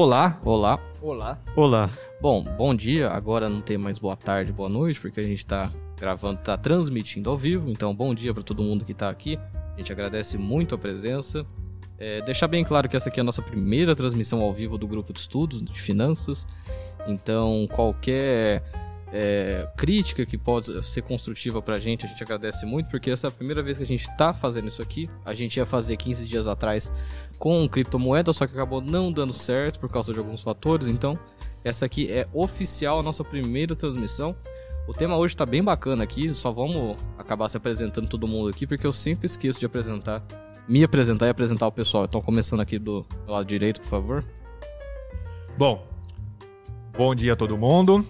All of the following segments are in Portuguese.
Olá. Olá. Olá. Olá. Bom, bom dia. Agora não tem mais boa tarde, boa noite, porque a gente tá gravando, tá transmitindo ao vivo. Então, bom dia para todo mundo que tá aqui. A gente agradece muito a presença. É, deixar bem claro que essa aqui é a nossa primeira transmissão ao vivo do grupo de estudos de finanças. Então, qualquer é, crítica que possa ser construtiva pra gente, a gente agradece muito, porque essa é a primeira vez que a gente tá fazendo isso aqui. A gente ia fazer 15 dias atrás com criptomoeda, só que acabou não dando certo por causa de alguns fatores. Então, essa aqui é oficial a nossa primeira transmissão. O tema hoje tá bem bacana aqui, só vamos acabar se apresentando todo mundo aqui, porque eu sempre esqueço de apresentar, me apresentar e apresentar o pessoal. Então, começando aqui do do lado direito, por favor. Bom, bom dia a todo mundo.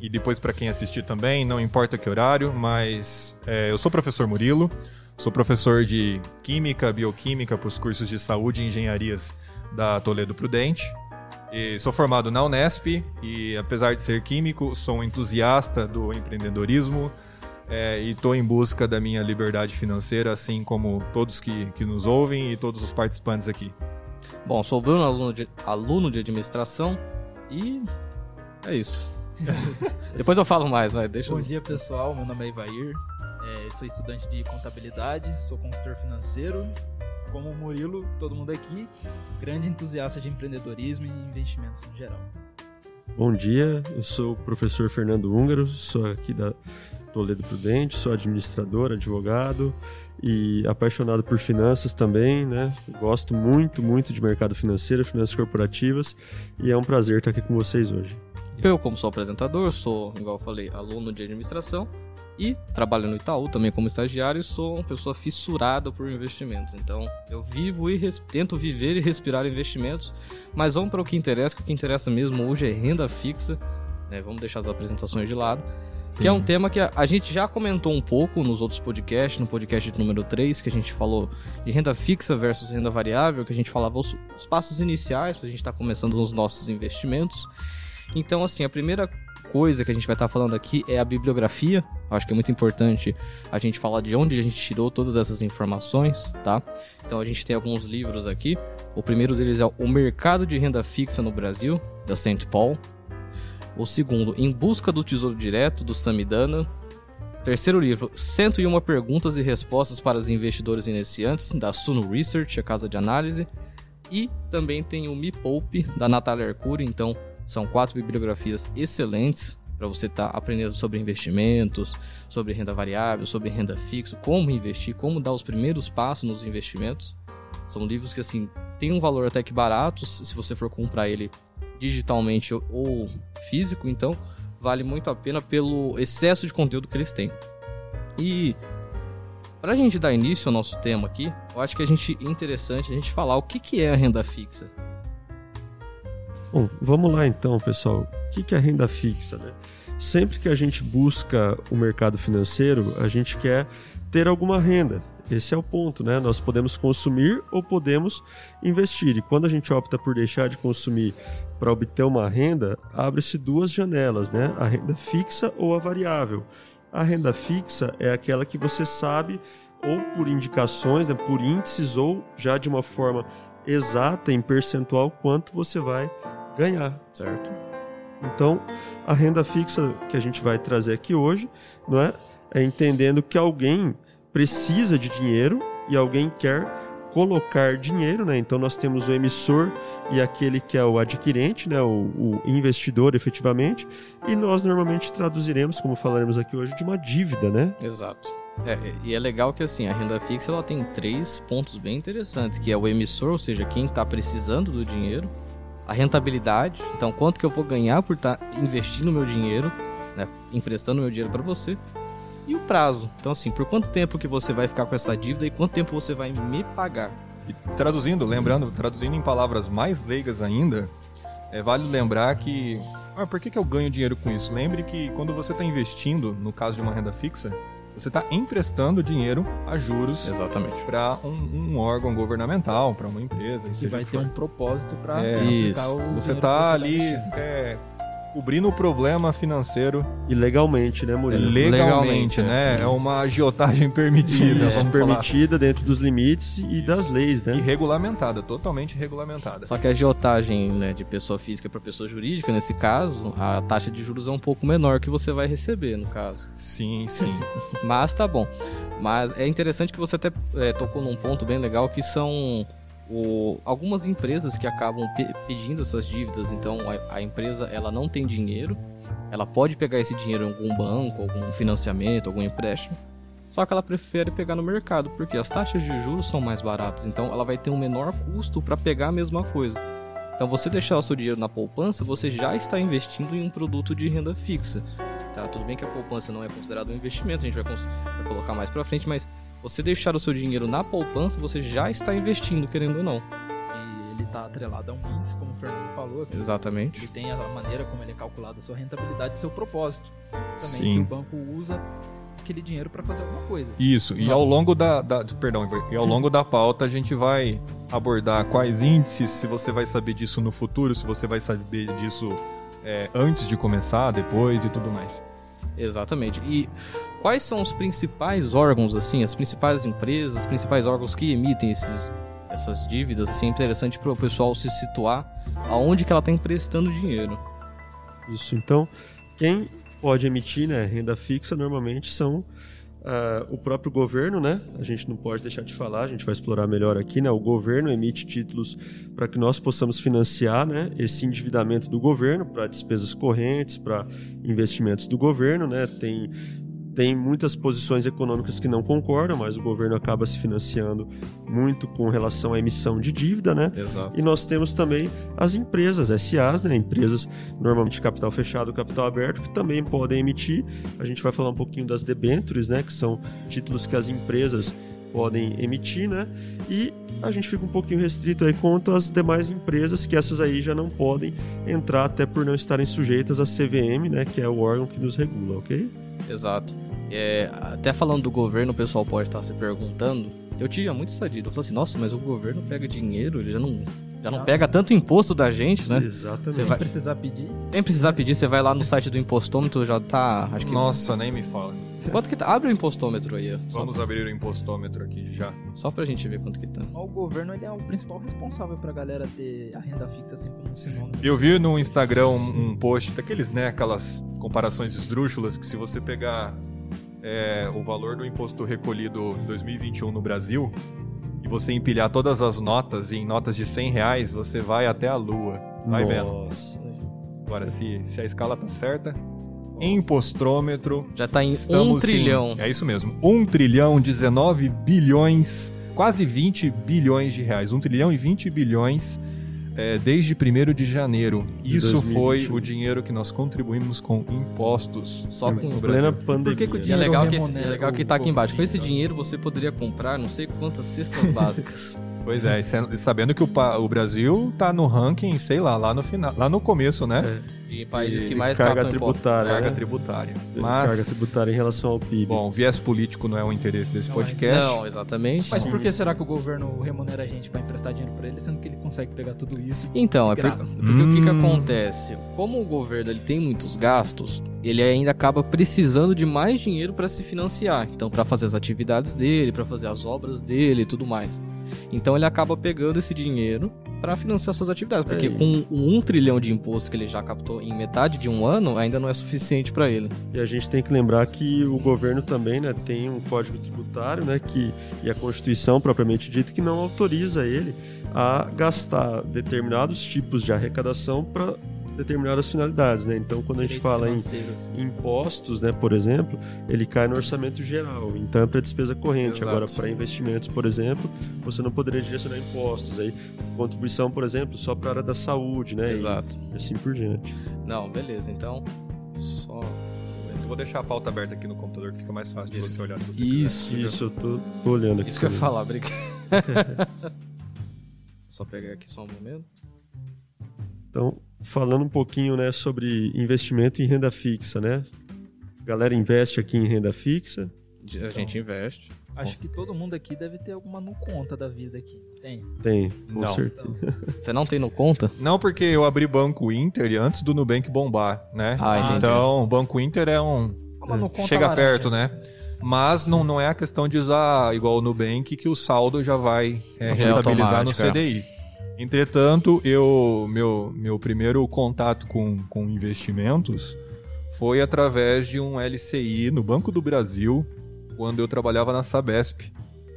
E depois para quem assistir também, não importa que horário, mas é, eu sou o professor Murilo, sou professor de Química, Bioquímica para os cursos de Saúde e Engenharias da Toledo Prudente. E sou formado na Unesp e, apesar de ser químico, sou um entusiasta do empreendedorismo é, e estou em busca da minha liberdade financeira, assim como todos que, que nos ouvem e todos os participantes aqui. Bom, sou o Bruno, aluno de, aluno de administração e é isso. Depois eu falo mais, vai, deixa Bom eu... dia, pessoal. Meu nome é Ivair. É, sou estudante de contabilidade, sou consultor financeiro. Como o Murilo, todo mundo aqui, grande entusiasta de empreendedorismo e investimentos em geral. Bom dia, eu sou o professor Fernando Húngaro, sou aqui da Toledo Prudente, sou administrador, advogado e apaixonado por finanças também, né? Gosto muito, muito de mercado financeiro, finanças corporativas e é um prazer estar aqui com vocês hoje. Eu, como sou apresentador, sou, igual eu falei, aluno de administração e trabalho no Itaú também como estagiário e sou uma pessoa fissurada por investimentos. Então, eu vivo e res- tento viver e respirar investimentos, mas vamos para o que interessa, que o que interessa mesmo hoje é renda fixa. né? Vamos deixar as apresentações de lado. Que é um tema que a, a gente já comentou um pouco nos outros podcasts, no podcast número 3, que a gente falou de renda fixa versus renda variável, que a gente falava os, os passos iniciais para a gente estar começando os nossos investimentos. Então, assim, a primeira coisa que a gente vai estar falando aqui é a bibliografia. Eu acho que é muito importante a gente falar de onde a gente tirou todas essas informações, tá? Então, a gente tem alguns livros aqui. O primeiro deles é O Mercado de Renda Fixa no Brasil, da St. Paul. O segundo, Em Busca do Tesouro Direto, do Samidana. Terceiro livro, 101 Perguntas e Respostas para os Investidores Iniciantes, da Suno Research, a casa de análise. E também tem o Me Poupe, da Natália Arcuri. Então, são quatro bibliografias excelentes para você estar aprendendo sobre investimentos, sobre renda variável, sobre renda fixa, como investir, como dar os primeiros passos nos investimentos. São livros que, assim, têm um valor até que barato, se se você for comprar ele digitalmente ou- ou físico, então vale muito a pena pelo excesso de conteúdo que eles têm. E para a gente dar início ao nosso tema aqui, eu acho que a gente interessante a gente falar o que, que é a renda fixa. Bom, vamos lá então, pessoal. O que que é renda fixa, né? Sempre que a gente busca o mercado financeiro, a gente quer ter alguma renda. Esse é o ponto, né? Nós podemos consumir ou podemos investir. E quando a gente opta por deixar de consumir para obter uma renda, abre-se duas janelas, né? A renda fixa ou a variável. A renda fixa é aquela que você sabe ou por indicações, né, por índices ou já de uma forma exata em percentual quanto você vai ganhar. Certo. Então, a renda fixa que a gente vai trazer aqui hoje, não é? É entendendo que alguém precisa de dinheiro e alguém quer colocar dinheiro, né? Então nós temos o emissor e aquele que é o adquirente, né? O, o investidor, efetivamente. E nós normalmente traduziremos, como falaremos aqui hoje, de uma dívida, né? Exato. É, e é legal que assim, a renda fixa ela tem três pontos bem interessantes, que é o emissor, ou seja, quem está precisando do dinheiro, a rentabilidade, então quanto que eu vou ganhar por estar investindo meu dinheiro, né, emprestando meu dinheiro para você, e o prazo. Então assim, por quanto tempo que você vai ficar com essa dívida e quanto tempo você vai me pagar? E traduzindo, lembrando, traduzindo em palavras mais leigas ainda, é, vale lembrar que. Ah, por que, que eu ganho dinheiro com isso? Lembre que quando você está investindo, no caso de uma renda fixa, você está emprestando dinheiro a juros Exatamente. para um, um órgão governamental, para uma empresa. Que vai ter um propósito para É. aplicar Isso. o dinheiro Você que tá tá ali investindo. é, descobrindo o problema financeiro Ilegalmente, né, Murilo? legalmente, Legalmente, né? é. É. uma agiotagem permitida, Isso, né? vamos falar. permitida dentro dos limites e das leis, E né? regulamentada, totalmente regulamentada. Só que a agiotagem né, de pessoa física para pessoa jurídica, nesse caso, a taxa de juros é um pouco menor que você vai receber, no caso. Sim, sim. Mas tá bom. Mas é interessante que você até é, tocou num ponto bem legal que são o- algumas empresas que acabam pe- pedindo essas dívidas. Então a, a empresa ela não tem dinheiro, ela pode pegar esse dinheiro em algum banco, algum financiamento, algum empréstimo. Só que ela prefere pegar no mercado, porque as taxas de juros são mais baratas, então ela vai ter um menor custo para pegar a mesma coisa. Então você deixar o seu dinheiro na poupança, você já está investindo em um produto de renda fixa tá? Tudo bem que a poupança não é considerada um investimento, a gente vai, cons- vai colocar mais pra frente, mas você deixar o seu dinheiro na poupança, você já está investindo, querendo ou não. E ele tá atrelado a um índice, como o Fernando falou. aqui. Ele Exatamente. tem a maneira como ele é calculado a sua rentabilidade e seu propósito. Também Sim. que o banco usa aquele dinheiro para fazer alguma coisa. Isso. E Nossa. ao longo da, da- perdão, Iver, e ao longo da pauta a gente vai abordar quais índices, se você vai saber disso no futuro, se você vai saber disso é, antes de começar, depois e tudo mais. Exatamente. E quais são os principais órgãos, assim, as principais empresas, os principais órgãos que emitem esses, essas dívidas? Assim, é interessante para o pessoal se situar aonde que ela está emprestando dinheiro. Isso. Então, quem pode emitir né, renda fixa normalmente são ah, o próprio governo, né? A gente não pode deixar de falar, a gente vai explorar melhor aqui, né? O governo emite títulos para que nós possamos financiar né, esse endividamento do governo para despesas correntes, para investimentos do governo, né? Tem. Tem muitas posições econômicas que não concordam, mas o governo acaba se financiando muito com relação à emissão de dívida, né? Exato. E nós temos também as empresas, SAs, né? empresas normalmente de capital fechado, capital aberto, que também podem emitir. A gente vai falar um pouquinho das debêntures, né? que são títulos que as empresas podem emitir, né? E a gente fica um pouquinho restrito aí quanto às demais empresas, que essas aí já não podem entrar, até por não estarem sujeitas à CVM, né? Que é o órgão que nos regula, ok? Exato. É, até falando do governo, o pessoal pode estar se perguntando. Eu tinha muito essa dita. Eu falei assim, nossa, mas o governo pega dinheiro, ele já não, já não pega tanto imposto da gente, né? Exatamente. Você vai- vai precisar pedir. Sem precisar pedir, você vai lá no site do impostômetro, já tá. Acho que. Nossa, nem me fala. Quanto que tá? Abre o impostômetro aí. ó, Só, Vamos abrir o impostômetro aqui já. só pra gente ver quanto que tá. Mas O governo ele é o principal responsável pra galera ter a renda fixa assim como um sinônimo. Eu vi no Instagram um um post daqueles, né, aquelas comparações esdrúxulas que se você pegar é, o valor do imposto recolhido em 2021 no Brasil e você empilhar todas as notas e em notas de 100 reais, você vai até a lua. Vai vendo. Nossa. Agora, se, se a escala tá certa, em impostrômetro, Já tá em estamos um trilhão. Em, é isso mesmo. 1 trilhão, 19 bilhões, quase 20 bilhões de reais. 1 trilhão e 20 bilhões é, desde 1 de janeiro. De isso 2021. foi um. o dinheiro que nós contribuímos com impostos. Só com- no Brasil. Plena pandemia. um Por que que o E É dinheiro legal, que, remunera é legal que o tá aqui embaixo. Com esse governo. dinheiro você poderia comprar não sei quantas cestas básicas. Pois é, e sen- sabendo que o, pa- o Brasil tá no ranking, sei lá, lá no final, lá no começo, né? É. De países E que mais carga captam imposto. tributária, Carga né? tributária. Mas... Carga Mas, tributária em relação ao PIB. bom, viés político não é o interesse desse Não é. podcast. Não, exatamente. Mas por que será que o governo remunera a gente pra emprestar dinheiro pra ele, sendo que ele consegue pegar tudo isso? Então, é De por- graça. porque o que, que Hum. acontece? Como o governo ele tem muitos gastos, ele ainda acaba precisando de mais dinheiro para se financiar. Então, para fazer as atividades dele, para fazer as obras dele e tudo mais. Então, ele acaba pegando esse dinheiro para financiar suas atividades. Porque É. com um trilhão de imposto que ele já captou em metade de um ano, ainda não é suficiente para ele. E a gente tem que lembrar que o governo também né, tem um código tributário né, que, e a Constituição, propriamente dito, que não autoriza ele a gastar determinados tipos de arrecadação para determinadas finalidades. Né? Então, quando a gente Direitos fala em financeiros. impostos, né, por exemplo, ele cai no orçamento geral. Então é para despesa corrente. Exato. Agora, para investimentos, por exemplo, você não poderia direcionar impostos. Aí, contribuição, por exemplo, só para a área da saúde, né? Exato. E assim por diante. Não, beleza. Então, só. Eu vou deixar a pauta aberta aqui no computador que fica mais fácil de Isso. você olhar se você quiser. Isso. Isso, eu tô, tô olhando aqui. Isso que eu ia também. falar, obrigado. só pegar aqui só um momento. Então, falando um pouquinho né, sobre investimento em renda fixa, né? A galera investe aqui em renda fixa, Então. A gente investe. Acho que todo mundo aqui deve ter alguma no conta da vida aqui. Tem. Tem, com Não. certeza. Você não tem no conta? Não porque eu abri Banco Inter antes do Nubank bombar, né? Ah, entendi. então, o Banco Inter é um. Uma no conta chega laranja. perto, né? Mas não, não é a questão de usar igual o Nubank, que o saldo já vai é, Já é rentabilizar no automático, é. CDI. Entretanto, eu meu, meu primeiro contato com, com investimentos foi através de um LCI no Banco do Brasil, quando eu trabalhava na Sabesp.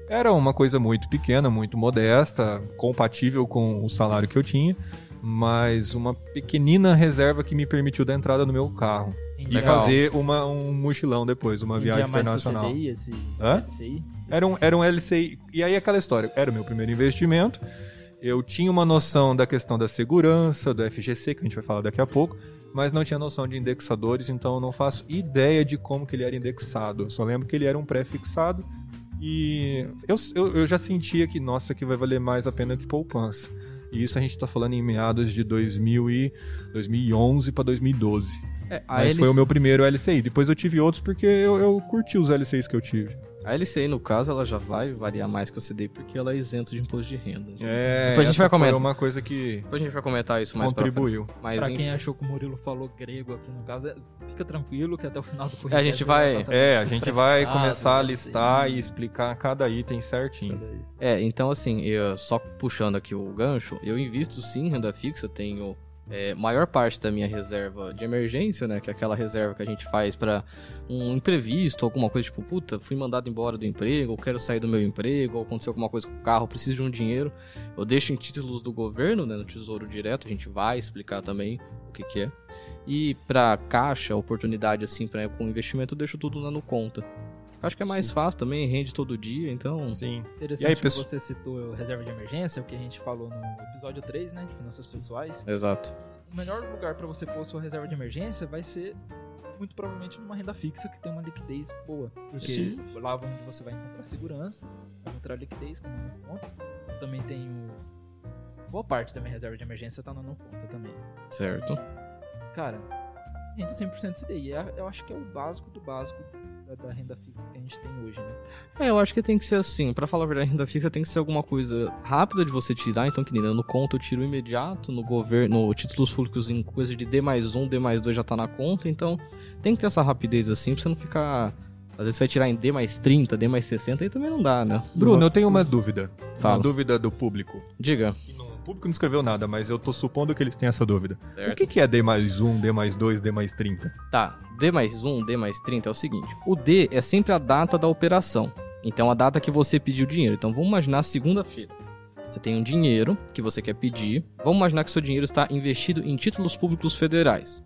Era uma coisa muito pequena, muito modesta, compatível com o salário que eu tinha, mas uma pequenina reserva que me permitiu dar entrada no meu carro. né? Em E dia- Legal. fazer uma, um mochilão depois, uma em Um dia viagem mais que o internacional. CDI, esse, Hã? esse aí. Era um, era um LCI. E aí aquela história, era o meu primeiro investimento. Eu tinha uma noção da questão da segurança, do FGC, que a gente vai falar daqui a pouco, mas não tinha noção de indexadores, então eu não faço ideia de como que ele era indexado. Eu só lembro que ele era um pré-fixado e eu, eu, eu já sentia que, nossa, que vai valer mais a pena que poupança. E isso a gente está falando em meados de 2000 e 2011 para 2012. É, a, Mas LC... foi o meu primeiro LCI. Depois eu tive outros porque eu, eu curti os LCIs que eu tive. a LCI, no caso, ela já vai variar mais que o CDI porque ela é isenta de imposto de renda. Depois a É, gente essa vai foi comentar. uma coisa que Depois a gente vai comentar isso mais contribuiu. pra frente. Mas, Pra enfim, quem achou que o Murilo falou grego aqui no caso, é- fica tranquilo que até o final do podcast. gente você vai- passar É, por a gente tudo vai prefixado, começar a né? listar e explicar cada item certinho. Olha aí. É, então assim, eu- só puxando aqui o gancho, eu invisto sim em renda fixa, tenho é, maior parte da minha reserva de emergência, né? Que é aquela reserva que a gente faz pra um imprevisto, alguma coisa tipo, puta, fui mandado embora do emprego, ou quero sair do meu emprego, ou aconteceu alguma coisa com o carro, preciso de um dinheiro. Eu deixo em títulos do governo, né? No Tesouro Direto, a gente vai explicar também o que que é. E pra caixa, oportunidade assim, pra com investimento, eu deixo tudo na no conta. Acho que é mais fácil também, rende todo dia, então... Sim. Interessante E aí, que pessoal? você citou reserva de emergência, o que a gente falou no episódio 3, né, de finanças pessoais. Exato. O melhor lugar pra você pôr sua reserva de emergência vai ser muito provavelmente numa renda fixa que tem uma liquidez boa, porque Sim. lá é onde você vai encontrar segurança, vai encontrar liquidez como no conta. Eu também tenho boa parte da minha reserva de emergência tá na não conta também. Certo. Cara, rende 100% CDI. É- Eu acho que é o básico do básico da, da renda fixa que a gente tem hoje, né? É, eu acho que tem que ser assim. Pra falar a verdade, renda fixa tem que ser alguma coisa rápida de você tirar. Então, que nem né, no conto eu tiro imediato, no governo, no títulos públicos em coisa de D mais um, D mais dois já tá na conta. Então, tem que ter essa rapidez assim pra você não ficar. Às vezes você vai tirar em D mais 30, D mais 60, aí também não dá, né? Bruno, eu tenho uma dúvida. Uma Fala. dúvida do público. Diga. Que não- O público não escreveu nada, mas eu tô supondo que eles têm essa dúvida. O Certo. que, que é D mais 1, D mais 2, D mais 30? Tá, D mais 1, D mais 30 é o seguinte: o D é sempre a data da operação. Então, a data que você pediu o dinheiro. Então, vamos imaginar segunda-feira. Você tem um dinheiro que você quer pedir. Vamos imaginar que seu dinheiro está investido em títulos públicos federais.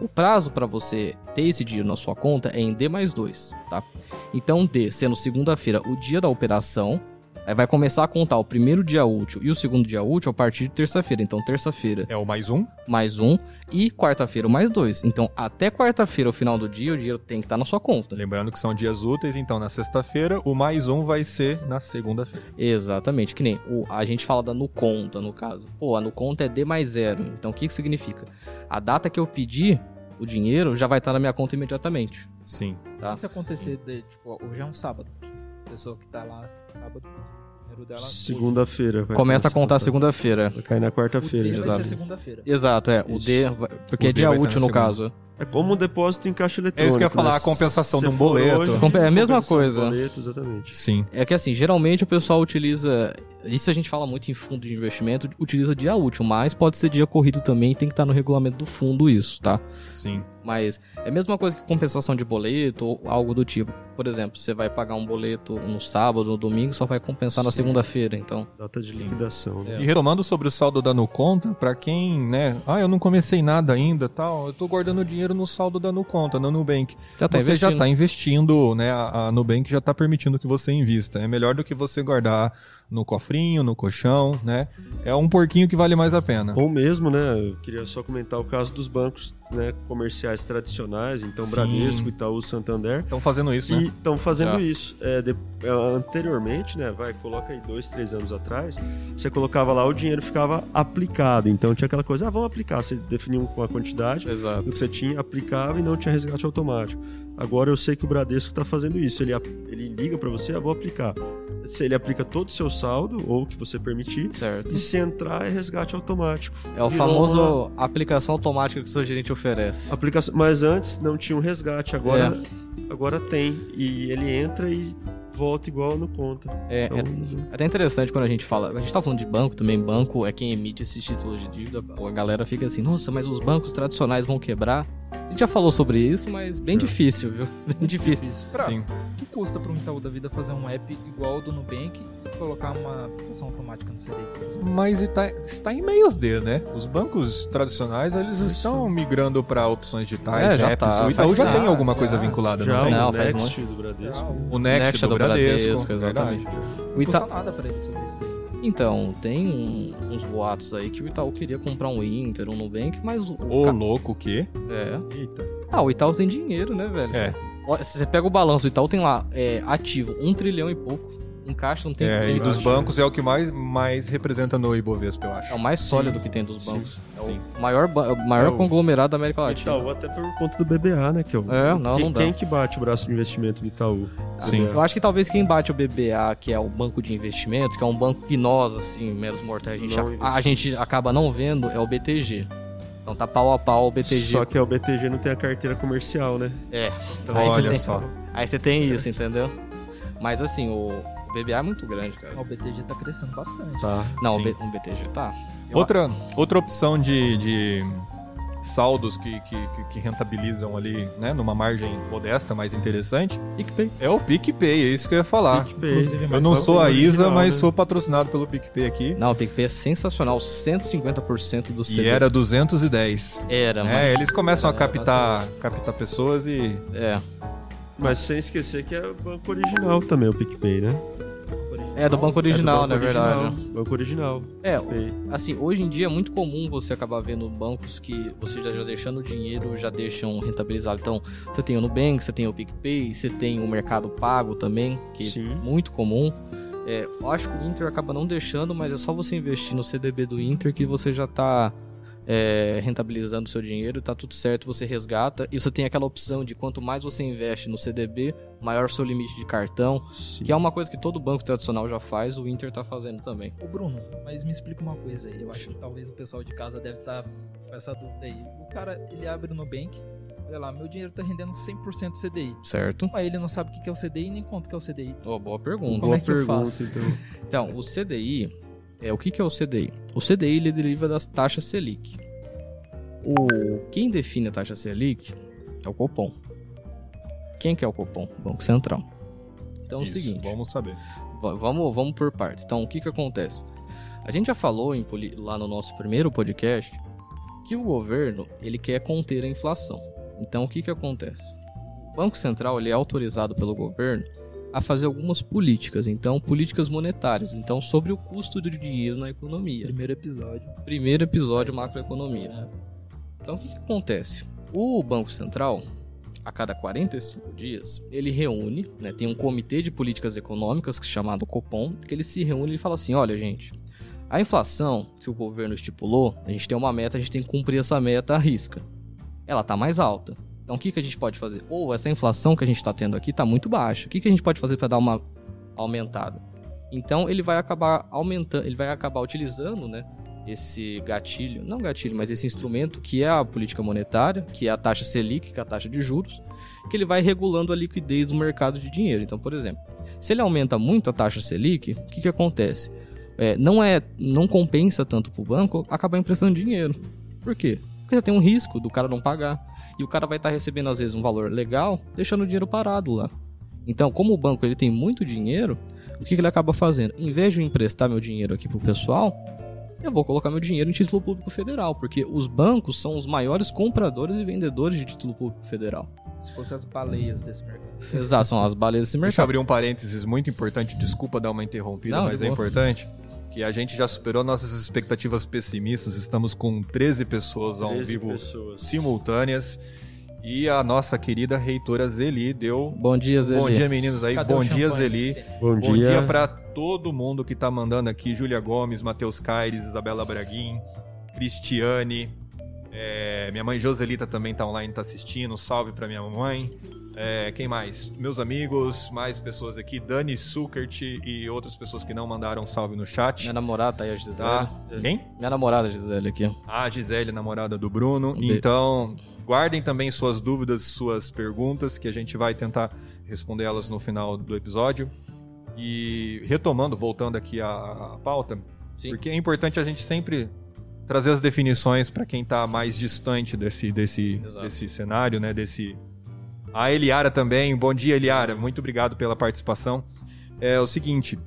O prazo para você ter esse dinheiro na sua conta é em D mais 2, tá? Então, D, sendo segunda-feira o dia da operação, aí vai começar a contar o primeiro dia útil e o segundo dia útil a partir de terça-feira. Então, terça-feira É o mais 1? mais um e quarta-feira o mais dois. Então, até quarta-feira, o final do dia, o dinheiro tem que estar na sua conta. Lembrando que são dias úteis, então na sexta-feira, o mais 1 vai ser na segunda-feira. Exatamente, que nem o, a gente fala da no conta, no caso. Pô, a no conta é D mais zero. Então, o que, que significa? A data que eu pedi o dinheiro já vai estar na minha conta imediatamente. Sim. Tá. E se acontecer, de, tipo, hoje é um sábado. A pessoa que tá lá sábado, o dinheiro dela. hoje. Segunda-feira. vai Começa a contar começar. segunda-feira. Vai cair na O dia quarta-feira. vai já. exato. ser segunda-feira. Exato, é. O Isso. D, vai- porque O é D dia vai ser útil na no segunda. caso. É como o depósito em caixa eletrônica. É isso que eu ia falar, né? a compensação Se de um você for boleto. hoje, É a compensação mesma coisa. de um Boleto, exatamente. Sim. É que assim, geralmente o pessoal utiliza. Isso a gente fala muito em fundo de investimento, utiliza dia útil, mas pode ser dia corrido também, tem que estar no regulamento do fundo isso, tá? Sim. Mas é a mesma coisa que compensação de boleto ou algo do tipo. Por exemplo, você vai pagar um boleto no sábado, no domingo, só vai compensar na Sim. segunda-feira, então. Data de Sim. liquidação. né? É. E retomando sobre o saldo da Nuconta, pra quem, né, ah, eu não comecei nada ainda, tal, eu tô guardando dinheiro no saldo da Nuconta, na Nubank. Já tá você já investindo. tá investindo, né, a, a Nubank já tá permitindo que você invista. É melhor do que você guardar no cofrinho, no colchão, né? É um porquinho que vale mais a pena. Ou mesmo, né? Eu queria só comentar o caso dos bancos né, comerciais tradicionais, então Sim. Bradesco, Itaú, Santander. Estão fazendo isso, E né? estão fazendo Já. isso. É, de- é, anteriormente, né? Vai, coloca aí dois, três anos atrás, você colocava lá, o dinheiro ficava aplicado. Então tinha aquela coisa, ah, vamos aplicar. Você definiu uma quantidade, Exato. o que você tinha que aplicava e não tinha resgate automático. Agora eu sei que o Bradesco está fazendo isso. Ele, ap- ele liga para você, ah, vou aplicar. Se ele aplica todo o seu saldo, ou o que você permitir, Certo. e se entrar é resgate automático. É o Virou famoso aplicação automática que o seu gerente oferece. Aplicação... Mas antes não tinha um resgate, agora, agora tem. E ele entra e volta igual no conta. Ah, É, é Então, até interessante quando a gente fala. A gente tá falando de banco também. Banco é quem emite esses títulos de dívida. A galera fica assim, nossa, mas os bancos tradicionais vão quebrar. A gente já falou sobre isso, mas bem É. difícil, viu? Bem difícil. Difícil. Pra, Sim. que custa para um Itaú da vida fazer um app igual ao do Nubank e colocar uma aplicação automática no CDI, por exemplo? Mas está, está em meios de, né? Os bancos tradicionais, eles estão migrando para opções digitais, É, já apps. tá, o Itaú faz já tempo. tem alguma Já, coisa já. vinculada, já não tem? Não, o faz é Next do Bradesco. O Next, Next é do, do Bradesco, Bradesco, exatamente. verdade. O Ah, Não custa Ita- nada para eles fazer isso. né? daí. Então, tem um- uns boatos aí que o Itaú queria comprar um Inter, um Nubank, mas o. Ô, ca- louco, o quê? É. Eita. Ah, o Itaú tem dinheiro, né, velho? É. Ó, Se você pega o balanço, o Itaú tem lá é, ativo, um trilhão e pouco. Em caixa não tem. É, tem e dos acho. bancos é o que mais, mais representa no Ibovespa, eu acho. É o mais sólido que tem dos bancos. É Sim. o maior, ba- o maior É o- conglomerado da América Latina. Itaú até por conta do BBA, né? Que é, o... É, não, quem, não dá. quem que bate o braço de investimento do Itaú? Sim. BBA. Ah, Eu acho que talvez quem bate o BBA, que é o banco de investimentos, que é um banco que nós, assim, meros mortais, a gente, Não a- investimos. a gente acaba não vendo, é o BTG. Então tá pau a pau o BTG. Só que é o BTG não tem a carteira comercial, né? É. Então, Aí você Olha tem- só. Aí você tem isso, entendeu? Mas assim, o, o BBA é muito grande, cara. Ah, O BTG tá crescendo bastante. Tá. Não, o, Sim. B, o BTG tá. Eu- Outra, outra opção de, de saldos que, que, que- que rentabilizam ali, né, numa margem modesta, mas interessante, PicPay. é o PicPay, é isso que eu ia falar. PicPay. Inclusive, é Eu mais não vamos sou a pro Isa, original, mas né? sou patrocinado pelo PicPay aqui. Não, o PicPay é sensacional, 150% do E CD. era 210. Era, mano. É, eles começam a Era captar, bastante. captar pessoas e. É. Mas sem esquecer que é o banco original também, o PicPay, né? original. É do banco original, é do na banco verdade. original, Banco original. É, PicPay. assim, hoje em dia é muito comum você acabar vendo bancos que você já, já deixando o dinheiro, já deixam rentabilizado. Então, você tem o Nubank, você tem o PicPay, você tem o Mercado Pago também, que é Sim. muito comum. É, eu acho que o Inter acaba não deixando, mas é só você investir no CDB do Inter que você já tá é, rentabilizando o seu dinheiro, tá tudo certo, você resgata. E você tem aquela opção de quanto mais você investe no CDB, maior seu limite de cartão, Sim. que é uma coisa que todo banco tradicional já faz, o Inter tá fazendo também. Ô Bruno, mas me explica uma coisa aí. Eu acho que talvez o pessoal de casa deve estar com essa dúvida aí. O cara, ele abre no Nubank, olha lá, meu dinheiro tá rendendo 100% CDI. Certo? Mas ele não sabe o que que é o CDI nem quanto que é o CDI. Ó, boa pergunta. Como Boa é que eu pergunta, faço? então. Então, o CDI, é, o que, que é o CDI? O CDI ele deriva das taxas Selic. O, quem define a taxa Selic é o Copom. Quem que é o Copom? Banco Central. Então Isso, é o seguinte, Vamos saber. va- vamos, vamos por partes. Então, o que, que acontece? A gente já falou em poli- lá no nosso primeiro podcast que o governo ele quer conter a inflação. Então, o que, que acontece? O Banco Central ele é autorizado pelo governo a fazer algumas políticas, então políticas monetárias, então sobre o custo do dinheiro na economia. Primeiro episódio. Primeiro episódio macroeconomia. Então o que, que acontece? O Banco Central, a cada 45 dias, ele reúne, né, tem um comitê de políticas econômicas que é chamado Copom, que ele se reúne e fala assim: olha, gente, a inflação que o governo estipulou, a gente tem uma meta, a gente tem que cumprir essa meta à risca. Ela tá mais alta. Então o que, que a gente pode fazer? Ou essa inflação que a gente está tendo aqui tá muito baixa. O que, que a gente pode fazer para dar uma aumentada? Então ele vai acabar aumentando, ele vai acabar utilizando, né, esse gatilho, não gatilho, mas esse instrumento que é a política monetária, que é a taxa Selic, que é a taxa de juros, que ele vai regulando a liquidez do mercado de dinheiro. Então, por exemplo, se ele aumenta muito a taxa Selic, o que, que acontece? É, não é, não compensa tanto para o banco acabar emprestando dinheiro. Por quê? Porque você tem um risco do cara não pagar. E o cara vai estar recebendo, às vezes, um valor legal, deixando o dinheiro parado lá. Então, como o banco ele tem muito dinheiro, o que, que ele acaba fazendo? Em vez de eu emprestar meu dinheiro aqui pro pessoal, eu vou colocar meu dinheiro em título público federal, porque os bancos são os maiores compradores e vendedores de título público federal. Se fossem as baleias desse mercado. Exato, são as baleias desse Deixa eu mercado. abrir um parênteses muito importante, desculpa dar uma interrompida, Não, de mas é boa. importante. Que a gente já superou nossas expectativas pessimistas, estamos com 13 pessoas ao 13 vivo pessoas. simultâneas. E a nossa querida reitora Zeli deu. Bom dia, Zé. Bom dia, meninos aí. Cadê Bom o dia, champanhe? Zeli. Bom Bom dia, dia. pra todo mundo que tá mandando aqui: Júlia Gomes, Matheus Caires, Isabela Braguin, Cristiane, É, minha mãe Joselita também tá online, tá assistindo. Salve pra minha mamãe. É, quem mais? Meus amigos, mais pessoas aqui. Dani Sukert e outras pessoas que não mandaram salve no chat. Minha namorada tá aí, a Gisele. Tá? Quem? Minha namorada, Gisele, aqui. A Gisele, namorada do Bruno. Um beijo. Então, guardem também suas dúvidas, suas perguntas, que a gente vai tentar responder elas no final do episódio. E retomando, voltando aqui à, à pauta, Sim. porque é importante a gente sempre trazer as definições para quem tá mais distante desse, desse, Exato. desse cenário, né? Desse. A Eliara também. Bom dia, Eliara. Muito obrigado pela participação. É o seguinte.